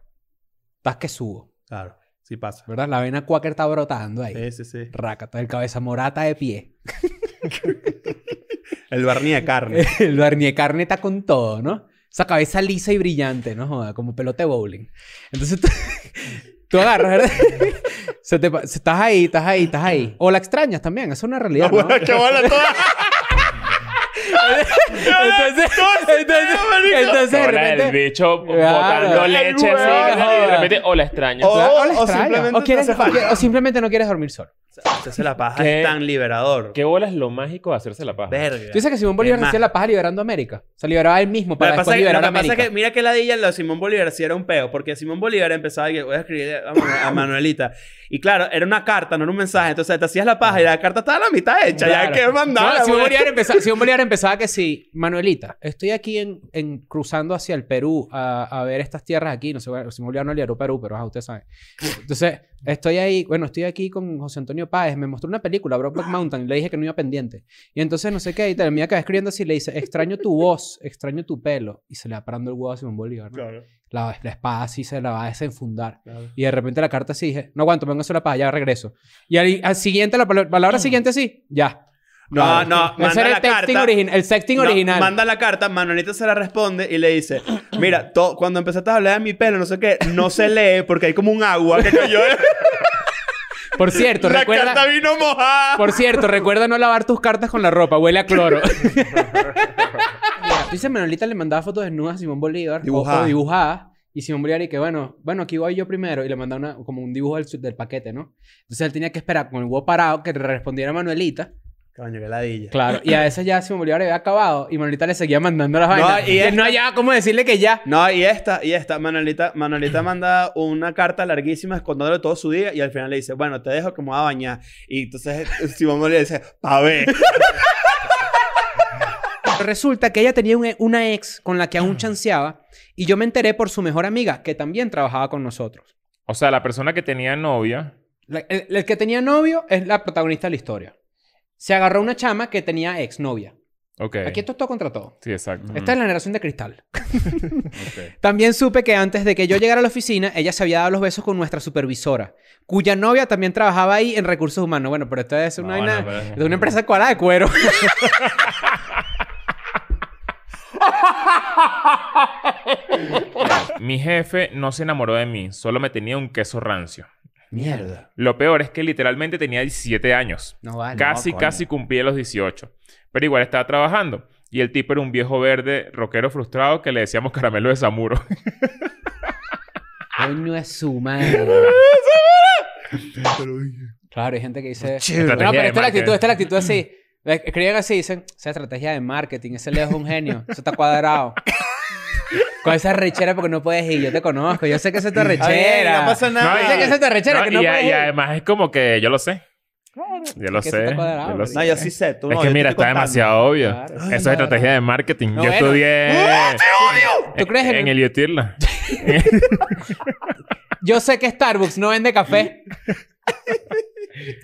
D: Estás que subo.
B: Claro. Sí pasa.
D: ¿Verdad? La vena cuáquer está brotando ahí.
B: Sí, sí, sí.
D: Rácata, el cabeza morata de pie.
B: El barniz de carne.
D: <laughs> El barnier carne está con todo, ¿no? Esa cabeza lisa y brillante, ¿no joda, como pelote de bowling. Entonces tú, <laughs> tú agarras, <laughs> ¿verdad? Se te pa- se- estás ahí, estás ahí, estás ahí. O la extrañas también, eso es una realidad. ¿no?
B: ¡Qué bola toda!
D: Entonces, entonces, entonces de
A: Hola, el
D: repente.
A: bicho
D: Claro.
A: botando leche
B: Ay,
A: así.
D: huevón.
A: Y de repente, hola, extraña.
B: O,
D: Claro, la
B: o
D: extrañas.
B: simplemente
D: o, quieres-
B: no hace
D: o
B: falta.
D: quie- o simplemente no quieres dormir solo.
B: Hacerse la paja
A: ¿Qué?
B: es tan liberador.
A: ¿Qué bola es lo mágico de hacerse la paja?
B: verga.
D: Tú dices que Simón Bolívar
B: Es más-
D: hacía la paja liberando a América. Se liberaba él mismo
B: Lo
D: para
B: que
D: después
B: pasa es que,
D: liberar
B: lo
D: a
B: que pasa
D: América.
B: es que mira que la dilla lo de Simón Bolívar sí era un peo, porque Simón Bolívar empezaba y que voy a escribir a, Manu-
D: <coughs>
B: a Manuelita. Y claro, era una carta, no era un mensaje. Entonces te hacías la paja y la carta estaba a la mitad hecha. Ya
D: Claro.
B: que mandaba.
D: No, Simón Bolívar empezaba, Simón Bolívar empezaba que sí, Manuelita, estoy aquí en, en- cruzando hacia el Perú a, a ver estas tierras aquí. No sé, bueno, Simón Bolívar no lideró Perú, pero ajá, ustedes saben. Entonces, estoy ahí, bueno, estoy aquí con José Antonio Páez. Me mostró una película, Brokeback Mountain. Le dije que no iba pendiente. Y entonces, no sé qué, y terminé acá escribiendo así. Le dice, extraño tu voz, extraño tu pelo. Y se le va parando el huevo a Simón Bolívar. ¿no? La, la espada así se la va a desenfundar. Y de repente la carta así dije, no aguanto, vengo a hacer la paja, ya regreso. Y al, al siguiente, la pala- palabra siguiente sí, ya.
B: No, no,
D: Ese
B: manda
D: era
B: la
D: el texting,
B: carta.
D: origi- el sexting
B: No,
D: original.
B: Manda la carta, Manuelita se la responde y le dice: Mira, to- cuando empezaste a hablar de mi pelo, no sé qué, no se lee porque hay como un agua que cayó.
D: Por
B: <laughs>
D: cierto,
B: la
D: recuerda,
B: carta vino mojada.
D: por cierto, recuerda no lavar tus cartas con la ropa, huele
B: <laughs>
D: a cloro. Mira, Dice Manolita le mandaba fotos desnudas a Simón Bolívar,
B: Dibujadas.
D: o- o dibujadas. Y Simón Bolívar y que bueno, bueno, aquí voy yo primero. Y le mandaba una- como un dibujo del, su- del paquete, ¿no? Entonces él tenía que esperar con el huevo parado que le respondiera Manuelita.
B: Coño, que ladilla.
D: Claro, y a veces ya Simón Bolívar había acabado y Manuelita le seguía mandando las vainas.
B: y
D: y él
B: es-
D: no hallaba cómo decirle que ya.
B: No, y esta, y esta, Manuelita,
A: <clears throat>
B: Manuelita manda una carta larguísima escondiéndole todo su día y al final le dice, bueno, te dejo que me voy a bañar. Y entonces eh, Simón Bolívar dice, pa' ver.
A: <laughs>
D: Resulta que ella tenía un- e, una ex con la que aún chanceaba y yo me enteré por su mejor amiga que también trabajaba con nosotros.
A: O sea, la persona que tenía novia.
D: La- el, el que tenía novio es la protagonista de la historia. Se agarró una chama que tenía ex novia.
A: Ok.
D: Aquí esto es todo contra todo.
A: Sí, exacto.
D: Esta es la generación de cristal. <laughs>
A: Ok.
D: También supe que antes de que yo llegara a la oficina, ella se había dado los besos con nuestra supervisora, cuya novia también trabajaba ahí en recursos humanos. Bueno, pero esto es una,
A: bueno,
D: vaina
A: pero-
D: de una empresa cuadrada de cuero.
A: Mi jefe no se enamoró de mí, solo me tenía un queso rancio.
B: Mierda.
A: Lo peor es que literalmente tenía 17 años.
D: Ah, No vale.
A: Casi,
D: No, coño.
A: casi cumplía los 18. Pero igual estaba trabajando. Y el tipo era un viejo verde, rockero frustrado, que le decíamos caramelo de <laughs> Samuro.
D: Coño es
A: <laughs>
D: su madre. claro, hay gente que dice.
A: Estrategia
D: No, pero
A: de
D: esta es la actitud,
A: marketing.
D: esta es la actitud así. La Escriben así y dicen: Esa estrategia de marketing, ese Leo es un genio, eso está
A: <laughs>
D: cuadrado. Con esa rechera porque no puedes ir, yo te conozco, yo sé que
A: <laughs>
D: esa es tu rechera.
B: no pasa nada.
D: Yo sé que esa es tu rechera,
A: No,
D: que no
A: y, a-
D: puedes
A: y
D: ir.
A: además es como que yo lo sé. Yo lo
D: es que eso
A: sé.
D: está cuadrado,
A: yo lo
D: marico.
A: sé.
B: No, yo sí sé. Tú, no,
A: es
B: yo
A: que
B: te
A: mira,
B: estoy
A: está
B: contando.
A: demasiado obvio.
D: Claro.
A: Eso es estrategia de marketing.
D: No,
A: yo
D: bueno. ¡Ah,
A: estudié.
D: ¿Tú crees en
A: en, el Yutirla.
D: Yo sé que Starbucks no vende
A: <laughs>
D: café.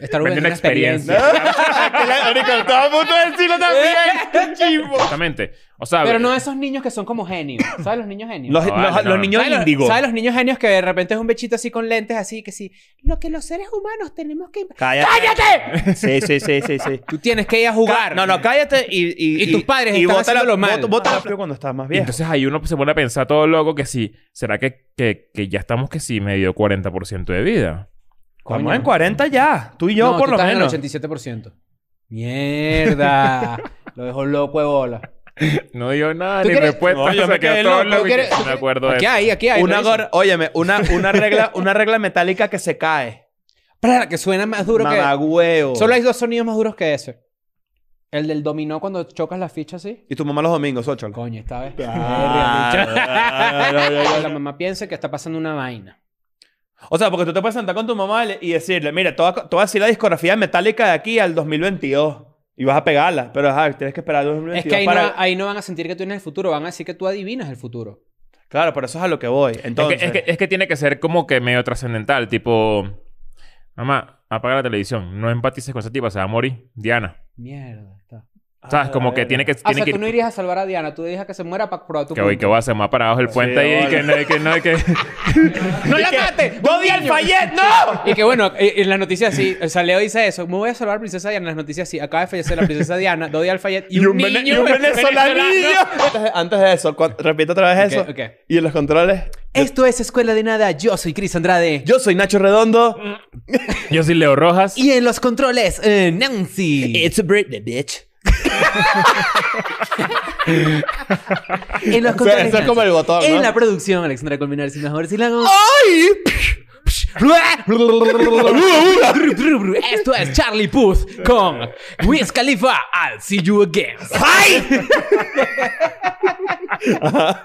D: Starbucks
A: Vende
D: vende
A: una
D: una experiencia.
A: <laughs>
B: Que la- ahorita todo el mundo decirlo
D: <laughs>
B: también. ¡Qué chimbo!
A: Exactamente. O sea, eh,
D: Pero no esos niños que son como genios. ¿Sabes los niños genios?
B: Los,
A: No,
B: los-
A: vale, no,
B: los
A: no.
B: niños
D: ¿Sabes los-
B: índigo.
D: ¿Sabes los niños genios que de repente es un bechito así con lentes así que sí? Lo que los seres humanos tenemos que...
B: Cállate.
D: ¡Cállate!
B: Sí, sí, sí, sí, sí.
D: Tú tienes que ir a jugar.
B: No, no, cállate y... Y,
D: Y tus padres están
B: bota la-
D: haciéndolo mal. Ah.
B: bota- Bota la flor cuando estás más
A: Y
B: viejo.
A: entonces ahí uno pues, se pone a pensar todo loco que sí. ¿Será que, que, que ya estamos que sí medio 40% de vida?
B: Estamos en 40 ya. Tú y yo,
D: No,
B: por
D: tú
B: lo
D: estás
B: menos.
D: en el 87%. ¡Mierda! <laughs> Lo dejó loco de bola.
A: No dio nada
D: ¿Tú
A: ni
D: quieres-
A: respuesta.
B: No, yo
A: se
B: me
A: quedó
B: quedé loco.
A: todo loco
D: ¿Tú
A: y que
D: quieres- tú
A: Me
D: quieres-
A: acuerdo de
D: Aquí
A: eso.
D: hay, aquí hay.
B: Pues, una
D: revisa.
B: gor- óyeme, una, una, regla, una regla metálica que se cae.
D: Para que suena más duro que...
B: Mamagüeo.
D: Solo hay dos sonidos más duros que ese. El del dominó cuando chocas la ficha así.
B: Y tu mamá los domingos, ocho.
D: Coño, esta vez.
B: Ah. Claro.
D: La mamá piensa que está pasando una vaina.
B: O sea, porque tú te puedes sentar con tu mamá y le- y decirle, mira, te voy a co- te voy a decir la discografía metálica de aquí al 2022. Y vas a pegarla. Pero ajá, tienes que esperar al
D: Es
B: 2022
D: que ahí,
B: para...
D: no, ahí no van a sentir que tú tienes el futuro, van a decir que tú adivinas el futuro.
B: Claro, pero eso es a lo que voy.
A: Es que,
B: Entonces...
A: es, que, es que tiene que ser como que medio trascendental. Tipo, mamá, apaga la televisión. No empatices con esa tipa, se va a morir. Diana.
D: Mierda. Está.
A: ¿Sabes?
B: Ah,
A: Como
B: la
A: que
B: verga.
A: tiene que.
D: Ah, O
A: tiene
D: sea,
A: que
D: tú no irías a salvar a Diana, tú dejas que se muera para probar tu
A: que voy, que voy a hacer más parados el puente ahí.
B: vale.
A: Que no, que no, que.
D: ¡No la mates!
B: ¡No di al Fayet! ¡No!
D: Y que bueno, eh, en las noticias sí, o sea, Leo dice eso, me voy a salvar a Princesa Diana, en las noticias sí, acaba de fallecer la Princesa Diana, Dodi Alfayet y, un niño
B: vene- y un venezolanillo. Antes de- Antes de eso, cu- repito otra vez eso.
D: Ok, ok.
B: Y en los controles,
D: Esto es Escuela de Nada, yo soy Cris Andrade.
B: yo soy Nacho Redondo.
A: <laughs> Yo soy Leo Rojas.
D: Y en los controles, eh, Nancy.
B: a Britney, bitch.
D: En los
B: O sea, eso es como el botón, ¿no?
D: En la producción, Alexandra Colmenares y mejor
B: ¡Ay!
D: Esto es Charlie Puth con Wiz Khalifa. I'll see you again.
B: <laughs> Ajá,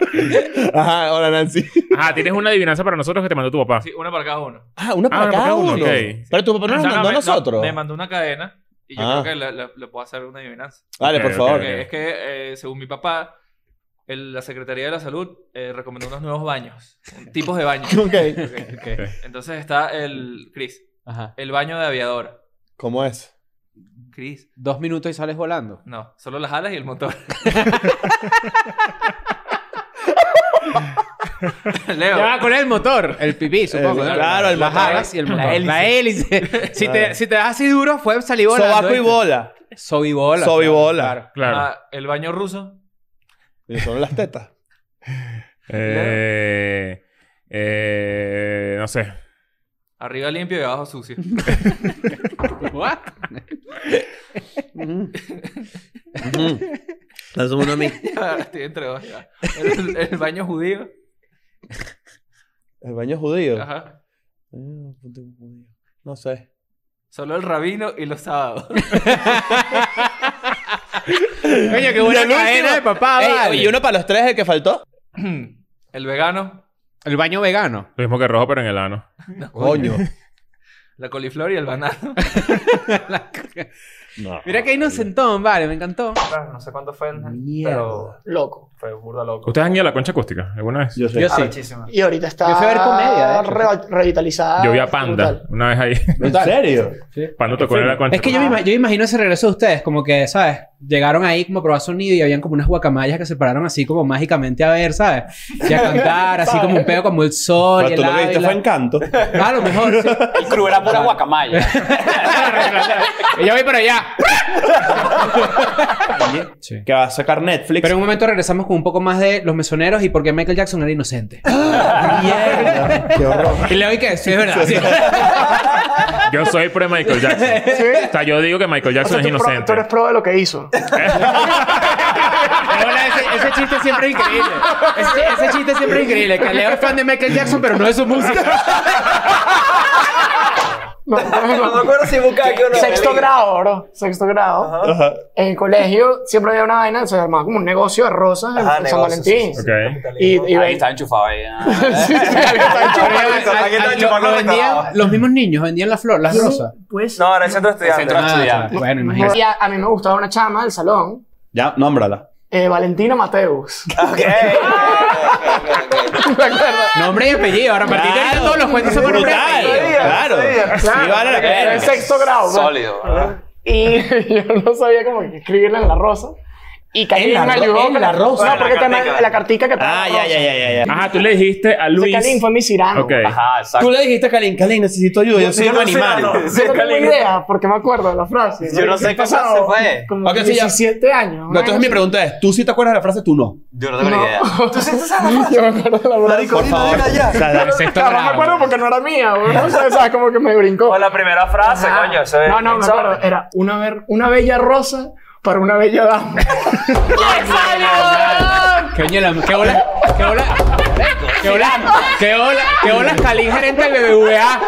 B: hola Nancy.
A: Ajá, tienes una adivinanza para nosotros que te mandó tu papá.
G: Sí, una para cada uno.
B: Ah, una
A: Ah,
B: para
A: una
B: cada
A: para
B: uno.
A: uno, ok.
B: Pero tu papá Ah, no nos
G: O sea, no,
B: mandó a
G: me- no,
B: nosotros.
G: me mandó una cadena y yo
B: Ah.
G: creo que le, le- le puedo hacer una adivinanza.
B: Dale,
A: Ok,
B: por
A: ok,
B: favor.
A: ok.
G: Porque es que, eh, según mi papá, el- la Secretaría de la Salud eh, recomendó unos nuevos baños, tipos de baños.
B: Ok.
G: Ok, ok. Entonces está el, Cris,
D: Ajá.
G: el baño de aviadora.
B: ¿Cómo es?
G: Cris,
D: Dos minutos y sales volando.
G: no, solo las alas y el <laughs> motor. Leo. ah,
D: Ya, con el motor. El pipí, supongo.
B: El- claro, el
D: Las
B: motor.
D: alas y el motor.
G: La hélice.
D: La hélice. si,
B: Claro.
D: te, si te das así duro, fue salir volando.
B: Sobaco y bola.
D: Sobibola.
B: Sobibola.
A: Claro.
G: Ah, el baño ruso.
B: Y Son las tetas.
A: Eh, eh, no sé.
G: Arriba limpio y abajo sucio. <laughs>
D: What?
B: Lanzamos uno a mí.
G: Ya, Estoy entre dos ya. El, el baño judío.
B: <laughs> El baño judío.
G: Ajá.
B: Mm, puto judío. No sé.
G: Solo el rabino y los sábados. <clears throat>
B: Coño,
G: qué buena cadena de
B: Ah,
G: papá, vale.
B: ¿Y uno para los tres, el que faltó?
G: el vegano,
D: El baño vegano.
A: Lo mismo que rojo, pero en el ano.
B: Coño.
G: <laughs> la coliflor y el <laughs> banano.
D: Mira que inocentón, vale, me encantó.
G: No sé cuánto fue, pero
L: Loco.
G: fue burda loco.
A: ¿Ustedes han ido a la concha acústica alguna vez?
B: Yo Ah,
D: sí.
G: Arrechísima.
L: Y ahorita está.
D: Yo fui a ver comedia, de hecho.
L: re- revitalizada.
E: Ah,
A: Yo vi a Panda
L: brutal.
A: una vez ahí.
B: ¿En serio?
A: <laughs> Panda tocó en la concha.
D: Es que yo me, ima- yo me imagino ese regreso de ustedes, como que, ¿sabes? Llegaron ahí como a probar sonido y habían como unas guacamayas que se pararon así como mágicamente a ver, ¿sabes? Y a cantar, así como un pedo como el sol y
B: Pero tú
D: el
B: lo que viste
D: águila.
B: fue encanto.
D: Ah, a
B: <laughs>
D: lo mejor, sí.
L: El crew era pura guacamaya.
H: <laughs>
D: Y yo voy para allá. <laughs> Sí.
B: Que va a sacar Netflix. <laughs>
D: Pero en un momento regresamos con un poco más de los mesoneros y por qué Michael Jackson era inocente.
B: <laughs> Mierda. Qué horror.
D: Y le doy que sí, <laughs> es verdad. sí.
A: Yo soy pre Michael Jackson. O sea, yo digo que Michael
L: O
A: Jackson
L: sea,
A: es
L: tú, pro- tú
A: inocente.
L: eres pro de lo que
A: <laughs>
L: hizo.
D: Pero bueno, ese, ese chiste siempre es increíble. Ese, ese chiste siempre es increíble. Que Leo es fan de Michael Jackson, pero no de su música.
B: <laughs>
L: No, no, no.
E: <laughs>
G: acuerdo si buscaba que
L: Sexto grado, bro. Sexto grado.
B: Ajá.
L: En el colegio siempre había una vaina, se armaba como un negocio de rosas en, en San Valentín.
A: Ok.
L: Y, y ve-
M: está enchufado ahí.
L: <laughs> Sí, sí, alguien estaba enchufado.
D: Lo- lo vendían- los mismos niños vendían la flor, las rosas.
L: Pues,
M: No, en el centro estudiante.
D: Ah, bueno, imagínate.
L: y a, a mí me gustaba una chama del salón,
B: Ya, nómbrala.
L: eh, Valentina Mateus. <laughs> ¿Te
H: Ah,
L: acuerdas?
D: Nombre y apellido. Ahora, a partir de ahora todos los cuentos son por nombre y
B: Brutal.
D: apellido.
B: Claro. Sí vale la
L: Era en
B: pena.
L: sexto grado.
M: <laughs>
L: bro.
M: Sólido. ¿verdad?
L: Y <laughs> yo no sabía cómo que escribirla en la rosa. Y Kalin
B: la
L: me
B: ro-
L: ayudó.
B: en
L: me
B: la rosa.
L: No, porque
M: En la
L: tenía
M: cartica.
L: la cartica que estaba.
B: Ah,
L: en la
B: ya, ya,
L: rosa.
B: ya, ya, ya.
A: Ajá, tú le dijiste a
L: Entonces,
A: Luis.
L: Kalin fue mi cirano.
A: Ok.
M: Ajá, exacto.
B: Tú le dijiste a Kalin, Kalin, necesito ayuda. Yo soy un
H: Ah,
B: animal.
L: Yo no tengo idea, porque me acuerdo de la frase.
M: Yo no sé qué
L: Pasado
M: frase fue.
L: Como
B: Ok, sí, ya.
L: 17 años.
B: No, entonces mi pregunta es, ¿tú sí te acuerdas de la frase? Tú no.
M: Yo no tengo ni idea.
L: ¿Tú sí
D: <laughs>
L: sabes la frase? Yo me acuerdo de la frase.
B: Por favor. O sea, dale.
D: Sexto
L: Claro, no me
D: grado.
L: acuerdo porque no era mía, güey. O sea, ¿sabes? Como que me brincó.
M: O la primera frase,
L: Ajá.
M: coño. Eso es
L: No, no, me
M: eso-
L: acuerdo. Era una, ver- una bella rosa para una bella dama.
D: Qué oñe la- qué hola, qué hola, qué hola, qué hola, qué hola, Calín, gerente del
A: Ah,
D: BBVA.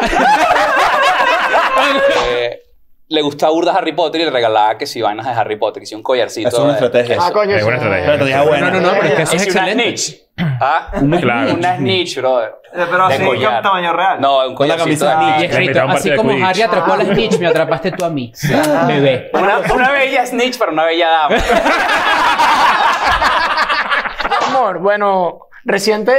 M: Eh, le gustaba burda Harry Potter y le regalaba que si vainas de Harry Potter, que si un collarcito.
B: Eso es una
M: de-
B: estrategia.
L: Ah, coño.
A: Hay
L: sí.
A: buena estrategia.
B: Pero te dije, bueno.
D: No, no, no, pero es que eso
M: Y
D: es
M: si una
D: excelente.
M: snitch. ¿Ah?
A: Claro.
M: Una snitch, brother.
H: Eh,
G: Pero
M: De
G: así,
M: collar.
G: con tamaño real.
M: No, un collarcito
B: camisa de
M: de
D: Y
M: snitch.
D: escrito,
A: invitaron
D: así
A: parte de
D: como
A: Quidditch.
D: Harry atrapó a la snitch, me atrapaste tú a mí. Bebé.
M: Una, una bella snitch para una bella dama.
L: Amor, bueno, reciente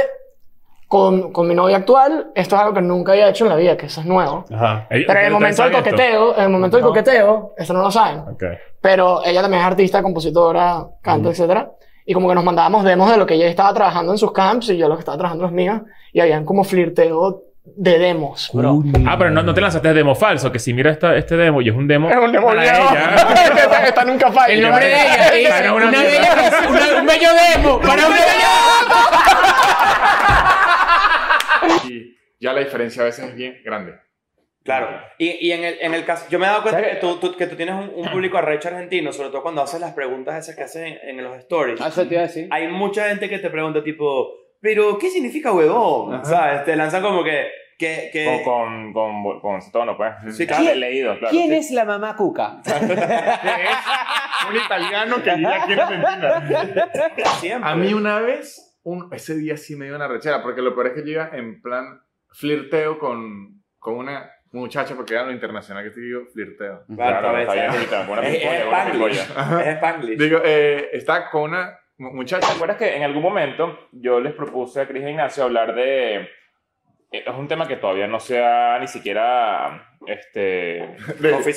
L: con, con mi novia actual, esto es algo que nunca había hecho en la vida, que eso es nuevo.
B: Ajá.
A: Ey,
L: Pero en el
A: ¿ustedes
L: momento del
A: saben esto?
L: coqueteo, en el momento del coqueteo, esto no lo saben.
A: Ok.
L: Pero ella también es artista, compositora, canta, etcétera. Y como que nos mandábamos demos de lo que ella estaba trabajando en sus camps y yo lo que estaba trabajando en los míos. Y habían como flirteo de demos, bro.
A: Ah, pero no, no te lanzaste demo falso, que si mira esta, este demo y es un demo.
L: Es un demo
A: para
L: viejo. <laughs>
A: ella.
L: Está- Está nunca falla.
D: El nombre de
A: <laughs>
D: ella te dice,
A: Para una
D: una
A: mierda.
D: bella, una- un bello demo para una bella.
N: y ya la diferencia a veces es bien grande.
O: Claro. Y, y en, el, en el caso, yo me he dado cuenta que tú, tú- que tú tienes un, un público arrecho argentino, sobre todo cuando haces las preguntas esas que haces en, en los stories.
D: Ah, Eso te iba a decir.
O: Hay mucha gente que te pregunta tipo, pero ¿qué significa huevón? ¿Sabes? Te lanzan como que... que, que-
N: O con, con, con ese tono, pues.
O: Sí, claro.
N: Le- Leído, claro. Sí.
D: es la
O: <laughs>
D: mamá Cuca?
N: <laughs> Un italiano que vive aquí en Argentina.
O: Siempre.
N: A mí una vez, un- ese día sí me dio una rechera, porque lo peor es que yo iba en plan flirteo con, con una muchacha, porque era lo internacional que te digo, flirteo.
O: Claro,
N: Claro,
O: ves,
N: está bien, Eh,
O: ¿sabes?
N: ahorita, buena
O: es, es
N: picolla, buena
O: Spanglish.
N: picolla.
O: Es Spanglish.
N: Digo, eh, está con una mu- muchacha. ¿Te acuerdas que en algún momento yo les propuse a Cris e Ignacio hablar de. eh, Es un tema que todavía no se ha ni siquiera este,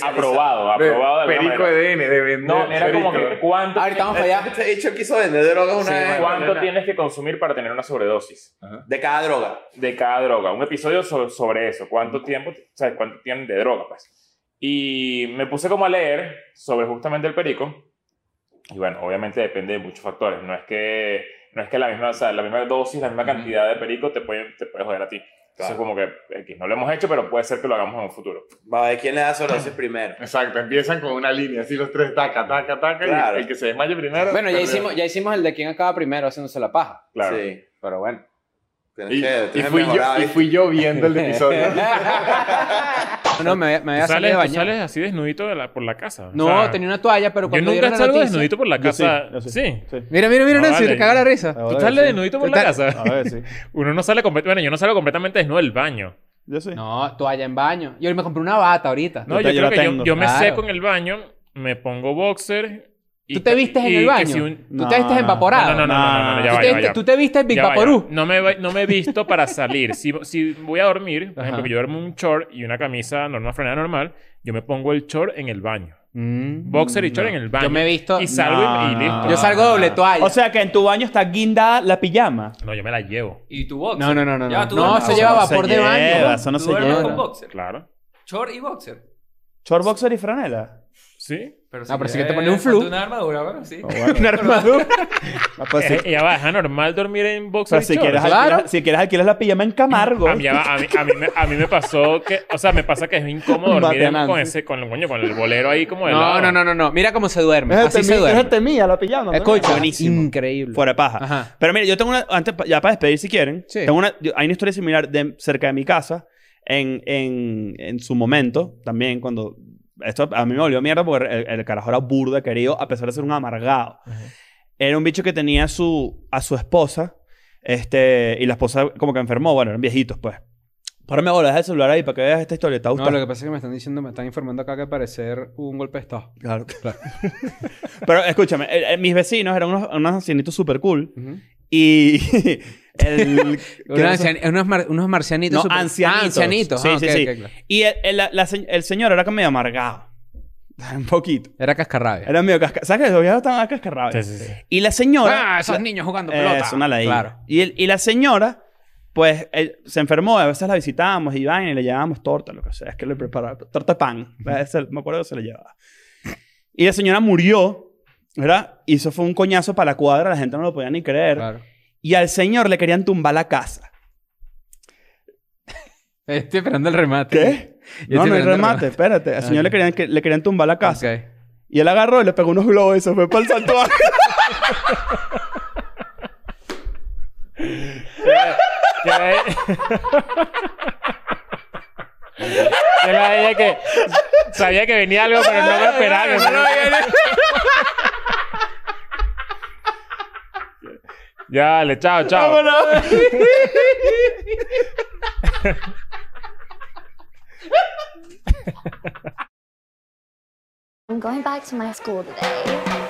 N: aprobado,
O: De
N: aprobado de alguna
O: perico
N: manera.
O: EDN, de vender
N: No, era como que cuánto,
D: Ahorita vamos para allá.
O: Este hecho quiso vender drogas una
N: Sí,
O: vez.
N: cuánto
O: Bueno,
N: tienes que consumir para tener una sobredosis
O: De cada droga.
N: de cada droga. Un episodio so- sobre eso, cuánto tiempo, ¿sabes? Cuánto tienen de droga, pues. Y me puse como a leer sobre justamente el perico. Y bueno, obviamente depende de muchos factores. No es que, no es que la, misma, o sea, la misma dosis, la misma cantidad de perico te puede, te puede joder a ti. Entonces, como que X, no lo hemos hecho, pero puede ser que lo hagamos en un futuro.
O: Va a ver quién le da sobredosis primero.
N: Exacto, empiezan con una línea, así los tres, taca, taca, taca,
O: y Claro. el
N: que se desmaye primero.
D: Bueno, ya hicimos, ya hicimos el de quién acaba primero haciéndose la paja.
N: Claro.
O: Sí.
D: Pero bueno.
P: Tienes
N: Y-
P: que,
N: y
P: tienes que
N: fui yo-
P: mejorar,
N: y
P: ¿viste?
N: fui yo viendo el episodio.
D: <laughs>
H: <laughs>
D: No, no, me, me había
A: ¿Tú sales,
D: salido de
A: tú
D: bañar.
A: sales así desnudito de la- por la casa. O
D: No,
A: sea,
D: tenía una toalla, pero cuando
A: Yo nunca
D: dieron la
A: salgo
D: noticia-
A: desnudito por la
D: Yo
A: casa.
D: sí, yo
A: sí,
D: sí. Mira, mira, mira,
A: No,
D: Nancy,
A: vale.
D: te caga la risa.
A: Tú sales desnudito por la casa. Uno no sale completamente. Bueno, yo no salgo completamente desnudo del baño.
B: Yo sí.
D: No, toalla en baño. Yo me compré una bata ahorita.
A: No, yo, creo que yo, yo me
D: Claro.
A: seco en el baño, me pongo boxer. Y,
D: ¿Tú te vistes en
A: y
D: el
A: que
D: baño?
A: si
D: ¿Tú te vistes
A: no.
D: evaporado?
A: No, no, no, no, no, no, ya
D: ¿Tú
A: va,
D: te
A: ya va,
D: viste-
A: ya va.
D: tú te viste en Big
A: Ya va, ya
D: Vaporú?
A: va. No me, va- no me he visto para salir. Si, si voy a dormir, por ejemplo, que yo duermo un short y una camisa normal, franela normal, yo me pongo el short en el baño. Boxer y short en el baño.
D: Yo me he visto-
A: Y salgo y, y
B: No,
A: listo.
B: no, Yo salgo no,
A: Ah.
B: doble no.
D: toalla.
B: O sea que en tu baño está guinda la pijama.
A: No, yo me la llevo.
G: ¿Y tu
D: <laughs>
G: boxer?
D: No, no, no, no,
G: Ya,
D: no.
G: tú
D: No,
G: duermes
D: eso
G: con
D: lleva
G: boxer.
D: vapor de baño.
B: lleva, eso no
G: Tú
B: se
G: duermes
B: lleva.
G: con boxer.
A: Claro.
G: Short y boxer.
B: Short boxer y franela.
A: Sí.
G: Pero
A: Ah, pero sí que te
G: quieres
A: pone un flu.
G: ponte Una armadura, bueno, sí.
B: <laughs> Una armadura. Ah, <laughs>
A: Eh, Ella va a dejar normal dormir en boxer
B: Pero Pues si
A: y shorts.
B: quieres, alquilar- si quieres alquilar la pijama en Camargo.
A: A mí, a, mí, a, mí me, a mí me pasó que, o sea, me pasa que es incómodo
B: Mate
A: dormir
B: a
A: en- con
B: Nancy.
A: ese, con el, coño, con el bolero ahí como de
D: No,
A: lado.
D: no, no, no, no. Mira cómo se duerme.
B: Es el
D: Así
B: temi-
D: se
B: Es el
D: duerme.
B: temía la pijama. ¿no? Mm.
D: Escucha, increíble.
B: Fuera de paja.
D: Ajá.
B: Pero mira, yo tengo una. Antes, pa- ya para despedir, si quieren. Tengo una, yo- hay una historia similar de, cerca de mi casa. En, en, en su momento, también, cuando. Esto a mí me volvió mierda porque el, el carajo era burda, querido, a pesar de ser un amargado. Era un bicho que tenía a su, a su esposa. Este, y la esposa, como que enfermó. Bueno, eran viejitos, pues. Párame, bola, deja el celular ahí para que veas esta historia. ¿Te gusta?
D: No, lo que pasa es que me están diciendo, me están informando acá que al parecer hubo un golpe de estado.
B: Claro. <laughs> Pero escúchame, eh, eh, mis vecinos eran unos, unos ancianitos súper cool. Y <laughs> el...
D: Unos ancian- unos mar- unos marcianitos
B: No,
D: súper-
B: ancianitos.
D: Ah, ancianitos.
B: Sí,
D: Ah,
B: sí,
D: ok,
B: sí.
D: ok, claro.
B: Y el, el- la- la se- el señor era medio amargado. <laughs> Un poquito.
D: Era cascarrabia.
B: Era medio cascarrabia. ¿Sabes que los viejos estaban cascarrabia? Y la señora...
D: Ah, esos niños jugando
B: Eh,
D: pelota.
B: Es una ladilla.
D: Claro.
B: Y, el- y la señora, pues, él se enfermó. A veces la visitábamos y vaina y le llevábamos torta, lo que sea. Es que le preparaba torta de pan. A veces, me acuerdo que se le llevaba. Y la señora murió, ¿verdad? Y eso fue un coñazo para la cuadra. La gente no lo podía ni creer. Y al señor le querían tumbar la casa.
D: Estoy esperando el remate.
B: ¿Qué?
D: Yo
B: no,
D: estoy
B: no hay
D: esperando el
B: remate. Espérate. Al
D: Ah,
B: señor
D: ok.
B: le querían, que- le querían tumbar la casa. Y él agarró y le pegó unos globos y se fue para el santuario.
A: <laughs> Yo la veía que sabía que venía algo, <laughs> pero no me esperaba.
B: <laughs>
A: que fuera- Ya, dale, chao, chao.
C: I'm going back to my school today.